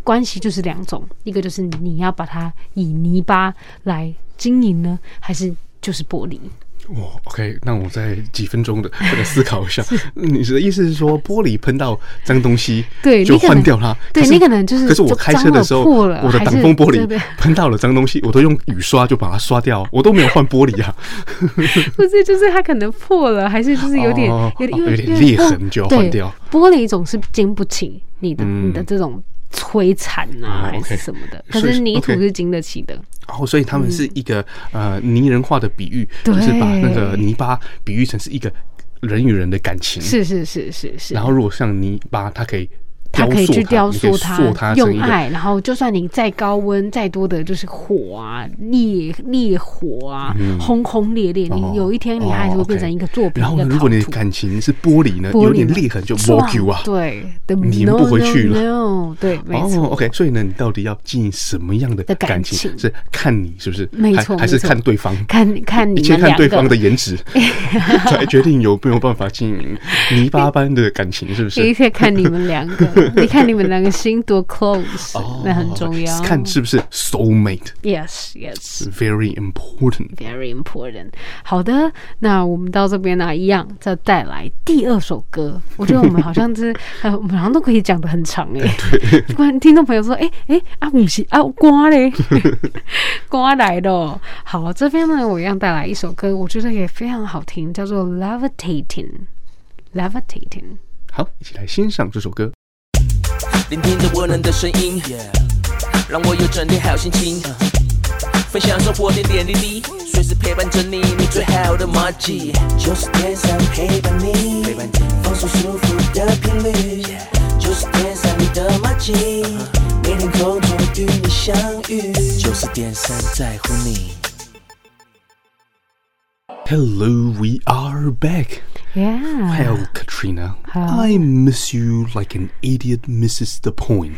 [SPEAKER 3] 关系就是两种，一个就是你要把它以泥巴来经营呢，还是就是玻璃？
[SPEAKER 2] 哇，OK，那哦我在几分钟的这个思考一下。 你的意思是说，玻璃喷到脏东西，
[SPEAKER 3] 对
[SPEAKER 2] 就
[SPEAKER 3] 你可能
[SPEAKER 2] 换掉它？
[SPEAKER 3] 对
[SPEAKER 2] 是
[SPEAKER 3] 你可能就是
[SPEAKER 2] 可是我
[SPEAKER 3] 就
[SPEAKER 2] 开
[SPEAKER 3] 脏
[SPEAKER 2] 车的
[SPEAKER 3] 了
[SPEAKER 2] 时候，
[SPEAKER 3] 破了
[SPEAKER 2] 我的
[SPEAKER 3] 还
[SPEAKER 2] 挡
[SPEAKER 3] 是
[SPEAKER 2] 风玻璃
[SPEAKER 3] 对对
[SPEAKER 2] 喷到了脏东西，我都用雨刷就把它刷掉，我都没有换玻璃啊。
[SPEAKER 3] 不是，就是它可能破了，还是就是有点、
[SPEAKER 2] 哦
[SPEAKER 3] 有点因为
[SPEAKER 2] 有点
[SPEAKER 3] 因为
[SPEAKER 2] 裂
[SPEAKER 3] 玻
[SPEAKER 2] 痕就要
[SPEAKER 3] 对
[SPEAKER 2] 换掉
[SPEAKER 3] 玻璃总是经不起你的、
[SPEAKER 2] 嗯
[SPEAKER 3] 你的这种摧残啊，
[SPEAKER 2] 啊
[SPEAKER 3] 还是
[SPEAKER 2] OK
[SPEAKER 3] 什么的。
[SPEAKER 2] 是
[SPEAKER 3] 可是泥土
[SPEAKER 2] OK
[SPEAKER 3] 是经得起的。
[SPEAKER 2] 然后，所以他们是一个呃拟人化的比喻，
[SPEAKER 3] 嗯对
[SPEAKER 2] 就是把那个泥巴比喻成是一个人与人的感情。
[SPEAKER 3] 是是是是是。
[SPEAKER 2] 然后，如果像泥巴，它可以
[SPEAKER 3] 它
[SPEAKER 2] 雕
[SPEAKER 3] 可以
[SPEAKER 2] 塑
[SPEAKER 3] 去雕
[SPEAKER 2] 你可以
[SPEAKER 3] 塑
[SPEAKER 2] 塑它成一
[SPEAKER 3] 用
[SPEAKER 2] 个
[SPEAKER 3] 爱，然后就算你再高温、再多的就是火啊、烈烈火啊、轰轰烈烈，
[SPEAKER 2] 哦
[SPEAKER 3] 你有一天你还
[SPEAKER 2] 嗯哦
[SPEAKER 3] 是会
[SPEAKER 2] ，OK
[SPEAKER 3] 变成一个作品。
[SPEAKER 2] 然后
[SPEAKER 3] 一
[SPEAKER 2] 呢，
[SPEAKER 3] 个
[SPEAKER 2] 如果你的
[SPEAKER 3] 陶土
[SPEAKER 2] 感情是玻璃呢，
[SPEAKER 3] 玻
[SPEAKER 2] 有
[SPEAKER 3] 璃
[SPEAKER 2] 点
[SPEAKER 3] 呢
[SPEAKER 2] 裂痕就
[SPEAKER 3] 撞
[SPEAKER 2] m o 啊。
[SPEAKER 3] 对，
[SPEAKER 2] 拧不回去了
[SPEAKER 3] No，, no 对，没错、
[SPEAKER 2] 哦，OK，所以呢，你到底要经营什么样的
[SPEAKER 3] 的感
[SPEAKER 2] 感
[SPEAKER 3] 情
[SPEAKER 2] 是看你是不是？
[SPEAKER 3] 没
[SPEAKER 2] 还
[SPEAKER 3] 错
[SPEAKER 2] 还是
[SPEAKER 3] 没错
[SPEAKER 2] 看对方？
[SPEAKER 3] 看看
[SPEAKER 2] 一
[SPEAKER 3] 你
[SPEAKER 2] 切
[SPEAKER 3] 们
[SPEAKER 2] 看
[SPEAKER 3] 两
[SPEAKER 2] 对
[SPEAKER 3] 个
[SPEAKER 2] 方的颜 值， 才决定有没有办法经营泥巴般的感情，是不
[SPEAKER 3] 一
[SPEAKER 2] 是？
[SPEAKER 3] 切看你们两个， 你看你们两个心多 close，、那很重要。
[SPEAKER 2] 哦看是不是 soul mate，very
[SPEAKER 3] yes yes。
[SPEAKER 2] important。
[SPEAKER 3] very important。好的，那我们到这边呢、一样再带来第二首歌。我觉得我们好像是，呃， 我们好像都可以讲的很长 哎、不然听众朋友说，哎、哎、啊，不是啊，瓜 嘞，瓜来的哦。好，这边呢，我一样带来一首歌，我觉得也非常好听，叫做《Levitating》。Levitating，
[SPEAKER 2] 好，一起来欣赏这首歌。
[SPEAKER 5] 聆听着温暖的声音，让我有整天好心情。分享生活点点滴滴，随时陪伴着你，你最好的默契。就是天上陪伴你，陪伴你放松舒服的频率，就是天上你的默契，每天空中与你相遇，就是电三在乎你。
[SPEAKER 2] Hello, we are back.
[SPEAKER 3] yeah，
[SPEAKER 2] Hell, Katrina,
[SPEAKER 3] Hello.
[SPEAKER 2] I miss you like an idiot misses the point.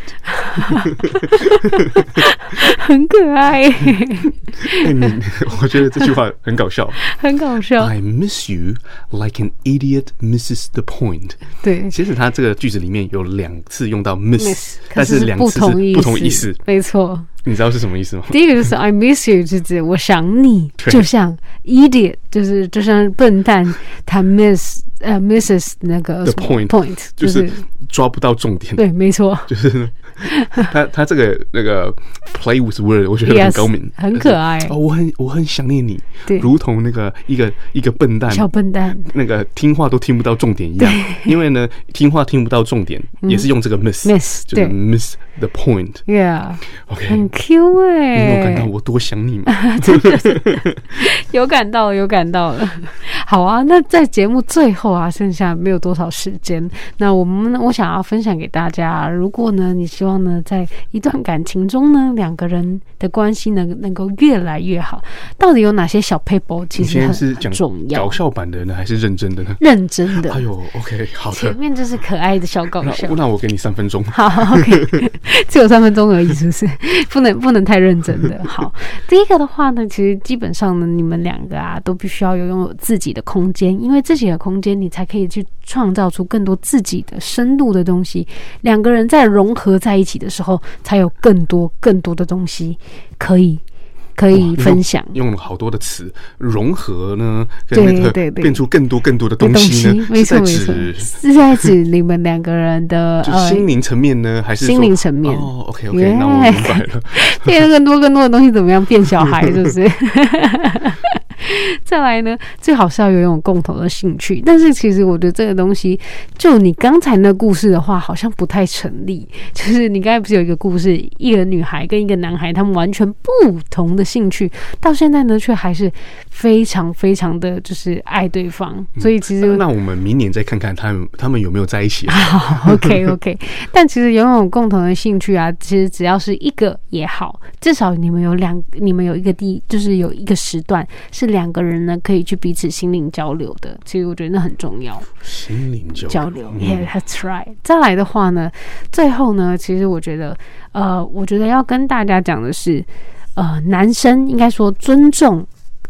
[SPEAKER 3] 很可爱，
[SPEAKER 2] 哎你 我觉得这句话很搞笑。
[SPEAKER 3] 很搞笑。
[SPEAKER 2] I miss you like an idiot misses the point。
[SPEAKER 3] 对
[SPEAKER 2] 其实它这个句子里面有两次用到 miss，,
[SPEAKER 3] ，miss，可
[SPEAKER 2] 但是两
[SPEAKER 3] 不
[SPEAKER 2] 次是
[SPEAKER 3] 同意
[SPEAKER 2] 不同意思。
[SPEAKER 3] 没错。
[SPEAKER 2] 你知道是什么意思吗？
[SPEAKER 3] 第一个就是 I miss you，就是指我想你，
[SPEAKER 2] 对
[SPEAKER 3] 就像 idiot，就是就像笨蛋，他 miss 呃 misses 那个
[SPEAKER 2] The
[SPEAKER 3] 什么
[SPEAKER 2] point
[SPEAKER 3] point，
[SPEAKER 2] 就
[SPEAKER 3] 就是是
[SPEAKER 2] 抓不到重点。
[SPEAKER 3] 对，没错
[SPEAKER 2] 就是 他他这个那个 play with word，我觉得很
[SPEAKER 3] Yes，
[SPEAKER 2] 高明，
[SPEAKER 3] 很可爱
[SPEAKER 2] 就是哦，我很我很想念你
[SPEAKER 3] 对，
[SPEAKER 2] 如同那个一个一个笨蛋，
[SPEAKER 3] 小笨蛋，
[SPEAKER 2] 那个听话都听不到重点一样。因为呢，听话听不到重点，也是用这个 miss
[SPEAKER 3] 嗯 miss，
[SPEAKER 2] 就是
[SPEAKER 3] 对
[SPEAKER 2] miss the point。
[SPEAKER 3] ，Yeah，
[SPEAKER 2] OK，
[SPEAKER 3] 很 Q
[SPEAKER 2] 哎你有
[SPEAKER 3] 哎、
[SPEAKER 2] 感到我多想 你吗？
[SPEAKER 3] 有感到了，有感到了。 好啊，那在节目最后啊，剩下没有多少时间，那我们呢我想要分享给大家啊、如果呢你希望呢在一段感情中呢，两个人的关系呢能够越来越好，到底有哪些小 paper 其
[SPEAKER 2] 你
[SPEAKER 3] 实
[SPEAKER 2] 现在
[SPEAKER 3] 很
[SPEAKER 2] 是
[SPEAKER 3] 很
[SPEAKER 2] 讲
[SPEAKER 3] 重要
[SPEAKER 2] 搞，笑版的呢，还是认真的呢？
[SPEAKER 3] 认真的。
[SPEAKER 2] 哎呦，OK，好
[SPEAKER 3] 前
[SPEAKER 2] 的，
[SPEAKER 3] 面就是可爱的小搞
[SPEAKER 2] 那
[SPEAKER 3] 笑，
[SPEAKER 2] 那我给你三分钟。
[SPEAKER 3] 好，OK，只 有三分钟而已，是不是？ 不能不能太认真 的。好，第一个的话呢，其实基本上呢，你们两个啊，都必须要拥有自己的空间，因为自己的空间，你才可以去创造出更多自己的深度的东西。两个人在融合在一起的时候，才有更多更多的东西可以可
[SPEAKER 2] 哇
[SPEAKER 3] 以分享。
[SPEAKER 2] 用了好多的词，融合呢，跟那个
[SPEAKER 3] 对对对
[SPEAKER 2] 变出更多更多的
[SPEAKER 3] 的
[SPEAKER 2] 东西呢，
[SPEAKER 3] 没
[SPEAKER 2] 是在
[SPEAKER 3] 错没错
[SPEAKER 2] 指，
[SPEAKER 3] 是在指你们两个人的
[SPEAKER 2] 就
[SPEAKER 3] 呃
[SPEAKER 2] 心灵层面呢，还是
[SPEAKER 3] 心
[SPEAKER 2] 说
[SPEAKER 3] 灵层面
[SPEAKER 2] 哦，OK OK，
[SPEAKER 3] 耶
[SPEAKER 2] 那我明白 了。
[SPEAKER 3] 变更多更多的东西，怎么样变小孩，是不是？ 再来呢，最好是要有有共同的兴趣。但是其实我觉得这个东西，就你刚才那故事的话，好像不太成立。就是你刚才不是有一个故事，一个女孩跟一个男孩，他们完全不同的兴趣，到现在呢，却还是非常非常的就是爱对方。所以 其实、
[SPEAKER 2] 那我们明年再看看他们他们有没有在一起。啊
[SPEAKER 3] 好，OK OK。但其实拥有共同的兴趣啊，其实只要是一个也好，至少你们有两，你们有一个地，就是有一个时段是两个人呢可以去彼此心灵交流的。其实我觉得那很重要。
[SPEAKER 2] 心灵交
[SPEAKER 3] 交流。
[SPEAKER 2] 嗯
[SPEAKER 3] Yeah，that's right。再来的话呢，最后呢，其实我觉得，呃，我觉得要跟大家讲的是，呃，男生应该说尊重，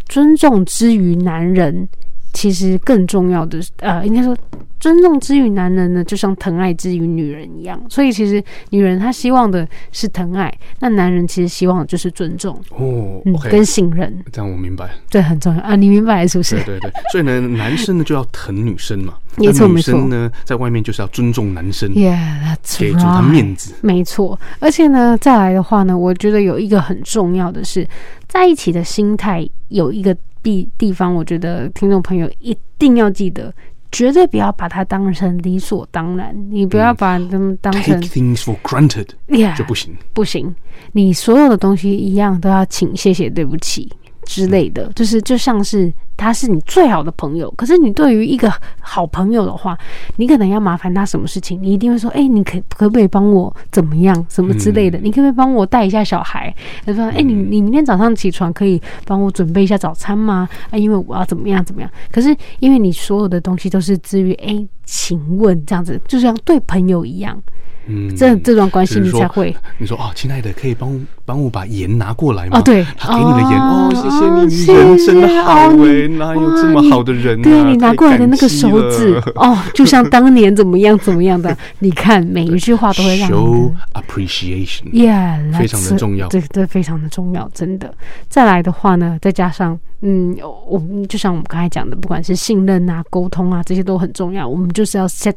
[SPEAKER 3] 尊重之于男人。其实更重要的是，呃，应该说，尊重之于男人呢，就像疼爱之于女人一样。所以，其实女人她希望的是疼爱，那男人其实希望的就是尊重，
[SPEAKER 2] 哦
[SPEAKER 3] 嗯
[SPEAKER 2] ，OK，
[SPEAKER 3] 跟信任，
[SPEAKER 2] 这样我明白。
[SPEAKER 3] 这很重要啊！你明白了是不 是
[SPEAKER 2] 对？对对，所以呢，男生呢就要疼女生嘛，
[SPEAKER 3] 没错
[SPEAKER 2] 那女
[SPEAKER 3] 没错
[SPEAKER 2] 生呢在外面就是要尊重男生，
[SPEAKER 3] Yeah，that's
[SPEAKER 2] 给
[SPEAKER 3] right。
[SPEAKER 2] 足他面子。
[SPEAKER 3] 没错，而且呢，再来的话呢，我觉得有一个很重要的是，在一起的心态有一个地地方，我觉得听众朋友一定要记得，绝对不要把它当成理所当然，你不要把他们当成
[SPEAKER 2] Take、things for granted
[SPEAKER 3] yeah
[SPEAKER 2] 就不行。
[SPEAKER 3] 不行，你所有的东西一样都要请谢谢对不起之类
[SPEAKER 2] 嗯
[SPEAKER 3] 的，就是就像是他是你最好的朋友，可是你对于一个好朋友的话，你可能要麻烦他什么事情，你一定会说，哎、你可可不可以帮我怎么样，什么之
[SPEAKER 2] 嗯
[SPEAKER 3] 类的，你可不可以帮我带一下小孩？他说，哎、你你明天早上起床可以帮我准备一下早餐吗？啊，因为我要怎么样怎么样。可是因为你所有的东西都是至于，哎、请问这样子，就像对朋友一样，
[SPEAKER 2] 嗯，
[SPEAKER 3] 这这段关
[SPEAKER 2] 就
[SPEAKER 3] 系
[SPEAKER 2] 是
[SPEAKER 3] 你
[SPEAKER 2] 说
[SPEAKER 3] 才会。
[SPEAKER 2] 你说哦，亲爱的，可以帮帮我把盐拿过来吗？
[SPEAKER 3] 哦，对，
[SPEAKER 2] 他给你的盐哦，谢谢
[SPEAKER 3] 谢
[SPEAKER 2] 你，人真
[SPEAKER 3] 谢
[SPEAKER 2] 的好
[SPEAKER 3] 哦
[SPEAKER 2] 哎，
[SPEAKER 3] 你
[SPEAKER 2] 哪有
[SPEAKER 3] 哇
[SPEAKER 2] 这么
[SPEAKER 3] 你
[SPEAKER 2] 好的人啊？
[SPEAKER 3] 对你拿
[SPEAKER 2] 太
[SPEAKER 3] 过来的
[SPEAKER 2] 感
[SPEAKER 3] 那个
[SPEAKER 2] 激
[SPEAKER 3] 手指
[SPEAKER 2] 了，
[SPEAKER 3] 哦，就像当年怎么样怎么样的，你看每一句话都会 让你
[SPEAKER 2] show。appreciation，
[SPEAKER 3] Yeah，
[SPEAKER 2] 非常的
[SPEAKER 3] that's-
[SPEAKER 2] 重要
[SPEAKER 3] 对，这非常的重要，真的。再来的话呢，再加上，嗯，我们就像我们刚才讲的，不管是信任啊、沟通啊，这些都很重要。我们就是要 set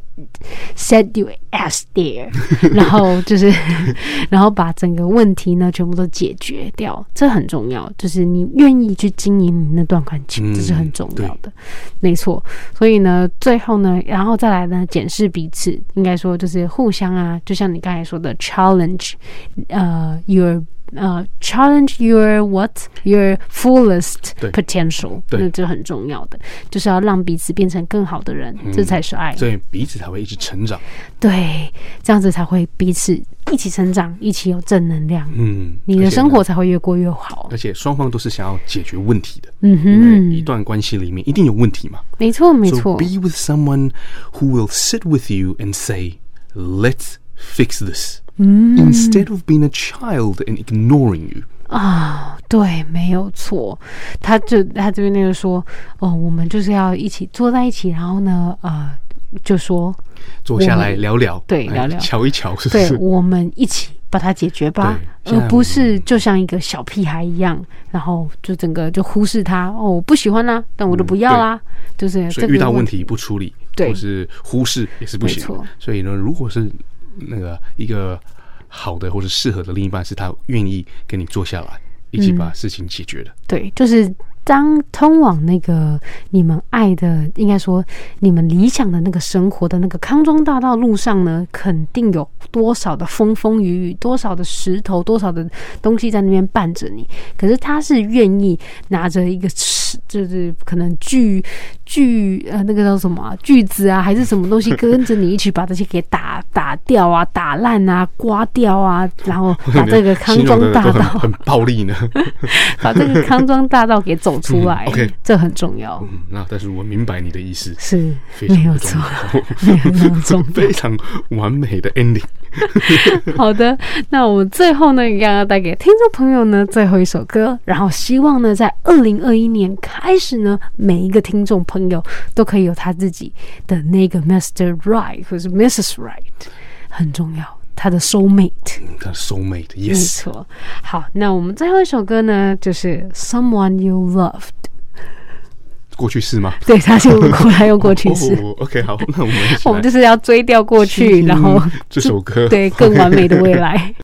[SPEAKER 3] set you as there，然后就是，然后把整个问题呢全部都解决掉，这很重要。就是你愿意去经营你那段感情，
[SPEAKER 2] 嗯
[SPEAKER 3] 这是很重要的，没错。所以呢，最后呢，然后再来呢，检视彼此，应该说就是互相啊，就像你刚才说的 challenge。呃，your 呃 challenge your what your fullest
[SPEAKER 2] 对
[SPEAKER 3] potential，
[SPEAKER 2] 对
[SPEAKER 3] 那这很重要的，就是要让彼此变成更好的人，这才是爱。
[SPEAKER 2] 嗯所以彼此才会一直成长。
[SPEAKER 3] 对，这样子才会彼此一起成长，一起有正能量，
[SPEAKER 2] 嗯，
[SPEAKER 3] 你
[SPEAKER 2] 而
[SPEAKER 3] 的
[SPEAKER 2] 且
[SPEAKER 3] 生
[SPEAKER 2] 呢
[SPEAKER 3] 活，才会越过越好
[SPEAKER 2] 而。且双方都是想要解决问题的。
[SPEAKER 3] 嗯
[SPEAKER 2] 因为一
[SPEAKER 3] 哼，
[SPEAKER 2] 段关系里面一定有问题嘛。
[SPEAKER 3] 没错没
[SPEAKER 2] So
[SPEAKER 3] 错
[SPEAKER 2] be with someone who will sit with you and say, "Let's fix this."
[SPEAKER 3] Mm
[SPEAKER 2] Instead of being a child and ignoring you.
[SPEAKER 3] 啊，对，没有错。他就他这边那个说，哦，我们就是要一起坐在一起，然后呢，呃，就说
[SPEAKER 2] 坐下来
[SPEAKER 3] 我们
[SPEAKER 2] 聊聊，
[SPEAKER 3] 对
[SPEAKER 2] 哎
[SPEAKER 3] 聊聊
[SPEAKER 2] 瞧一瞧，是不
[SPEAKER 3] 对
[SPEAKER 2] 是？
[SPEAKER 3] 我们一起把它解决吧，
[SPEAKER 2] 对
[SPEAKER 3] 而不是
[SPEAKER 2] 像
[SPEAKER 3] 就像一个小屁孩一样，然后就整个就忽视他。哦，我不喜欢啦、但我都不要啦、就是
[SPEAKER 2] 嗯所
[SPEAKER 3] 这
[SPEAKER 2] 以
[SPEAKER 3] 个
[SPEAKER 2] 遇到问
[SPEAKER 3] 题，
[SPEAKER 2] 题不处理，
[SPEAKER 3] 对
[SPEAKER 2] 或是忽视也是不行
[SPEAKER 3] 没错
[SPEAKER 2] 的。所以呢，如果是那个一个好的或者适合的另一半，是他愿意跟你坐下来一
[SPEAKER 3] 嗯
[SPEAKER 2] 起把事情解决的。
[SPEAKER 3] 对，就是当通往那个你们爱的，应该说你们理想的那个生活的那个康庄大道路上呢，肯定有多少的风风雨雨，多少的石头，多少的东西在那边伴着你。可是他是愿意拿着一个尺，就是可能锯锯呃那个叫什么啊锯子啊，还是什么东 西，跟着你一起把这些给打打掉啊、打烂啊、刮掉啊，然后把这个康
[SPEAKER 2] 形容的
[SPEAKER 3] 庄大
[SPEAKER 2] 都很
[SPEAKER 3] 道
[SPEAKER 2] 很 暴力呢。。
[SPEAKER 3] 把这个康庄大道给走出来
[SPEAKER 2] OK
[SPEAKER 3] 这很重要，
[SPEAKER 2] 嗯，那但是我明白你的意思，
[SPEAKER 3] 是
[SPEAKER 2] 非常
[SPEAKER 3] 没有
[SPEAKER 2] 的
[SPEAKER 3] 错
[SPEAKER 2] 重，
[SPEAKER 3] 没有那么重
[SPEAKER 2] 要，非常完美的 ending。
[SPEAKER 3] 好的，那我们最后呢，一样要带给听众朋友呢最后一首歌，然后希望呢，在二零二一年开始呢，每一个听众朋友都可以有他自己的那个 Mr. Right 或是 Mrs. Right，很重要，他的 soul mate，
[SPEAKER 2] 你看 soul mate
[SPEAKER 3] 没
[SPEAKER 2] yes，
[SPEAKER 3] 错。好，那我们最后一首歌呢，就是 Someone You Loved，
[SPEAKER 2] 过去式吗？
[SPEAKER 3] 对，它是过来又过去式。
[SPEAKER 2] 哦 OK，好，那我们一起来
[SPEAKER 3] 我们就是要追掉过去，然后
[SPEAKER 2] 这首歌
[SPEAKER 3] 对更完美的未来。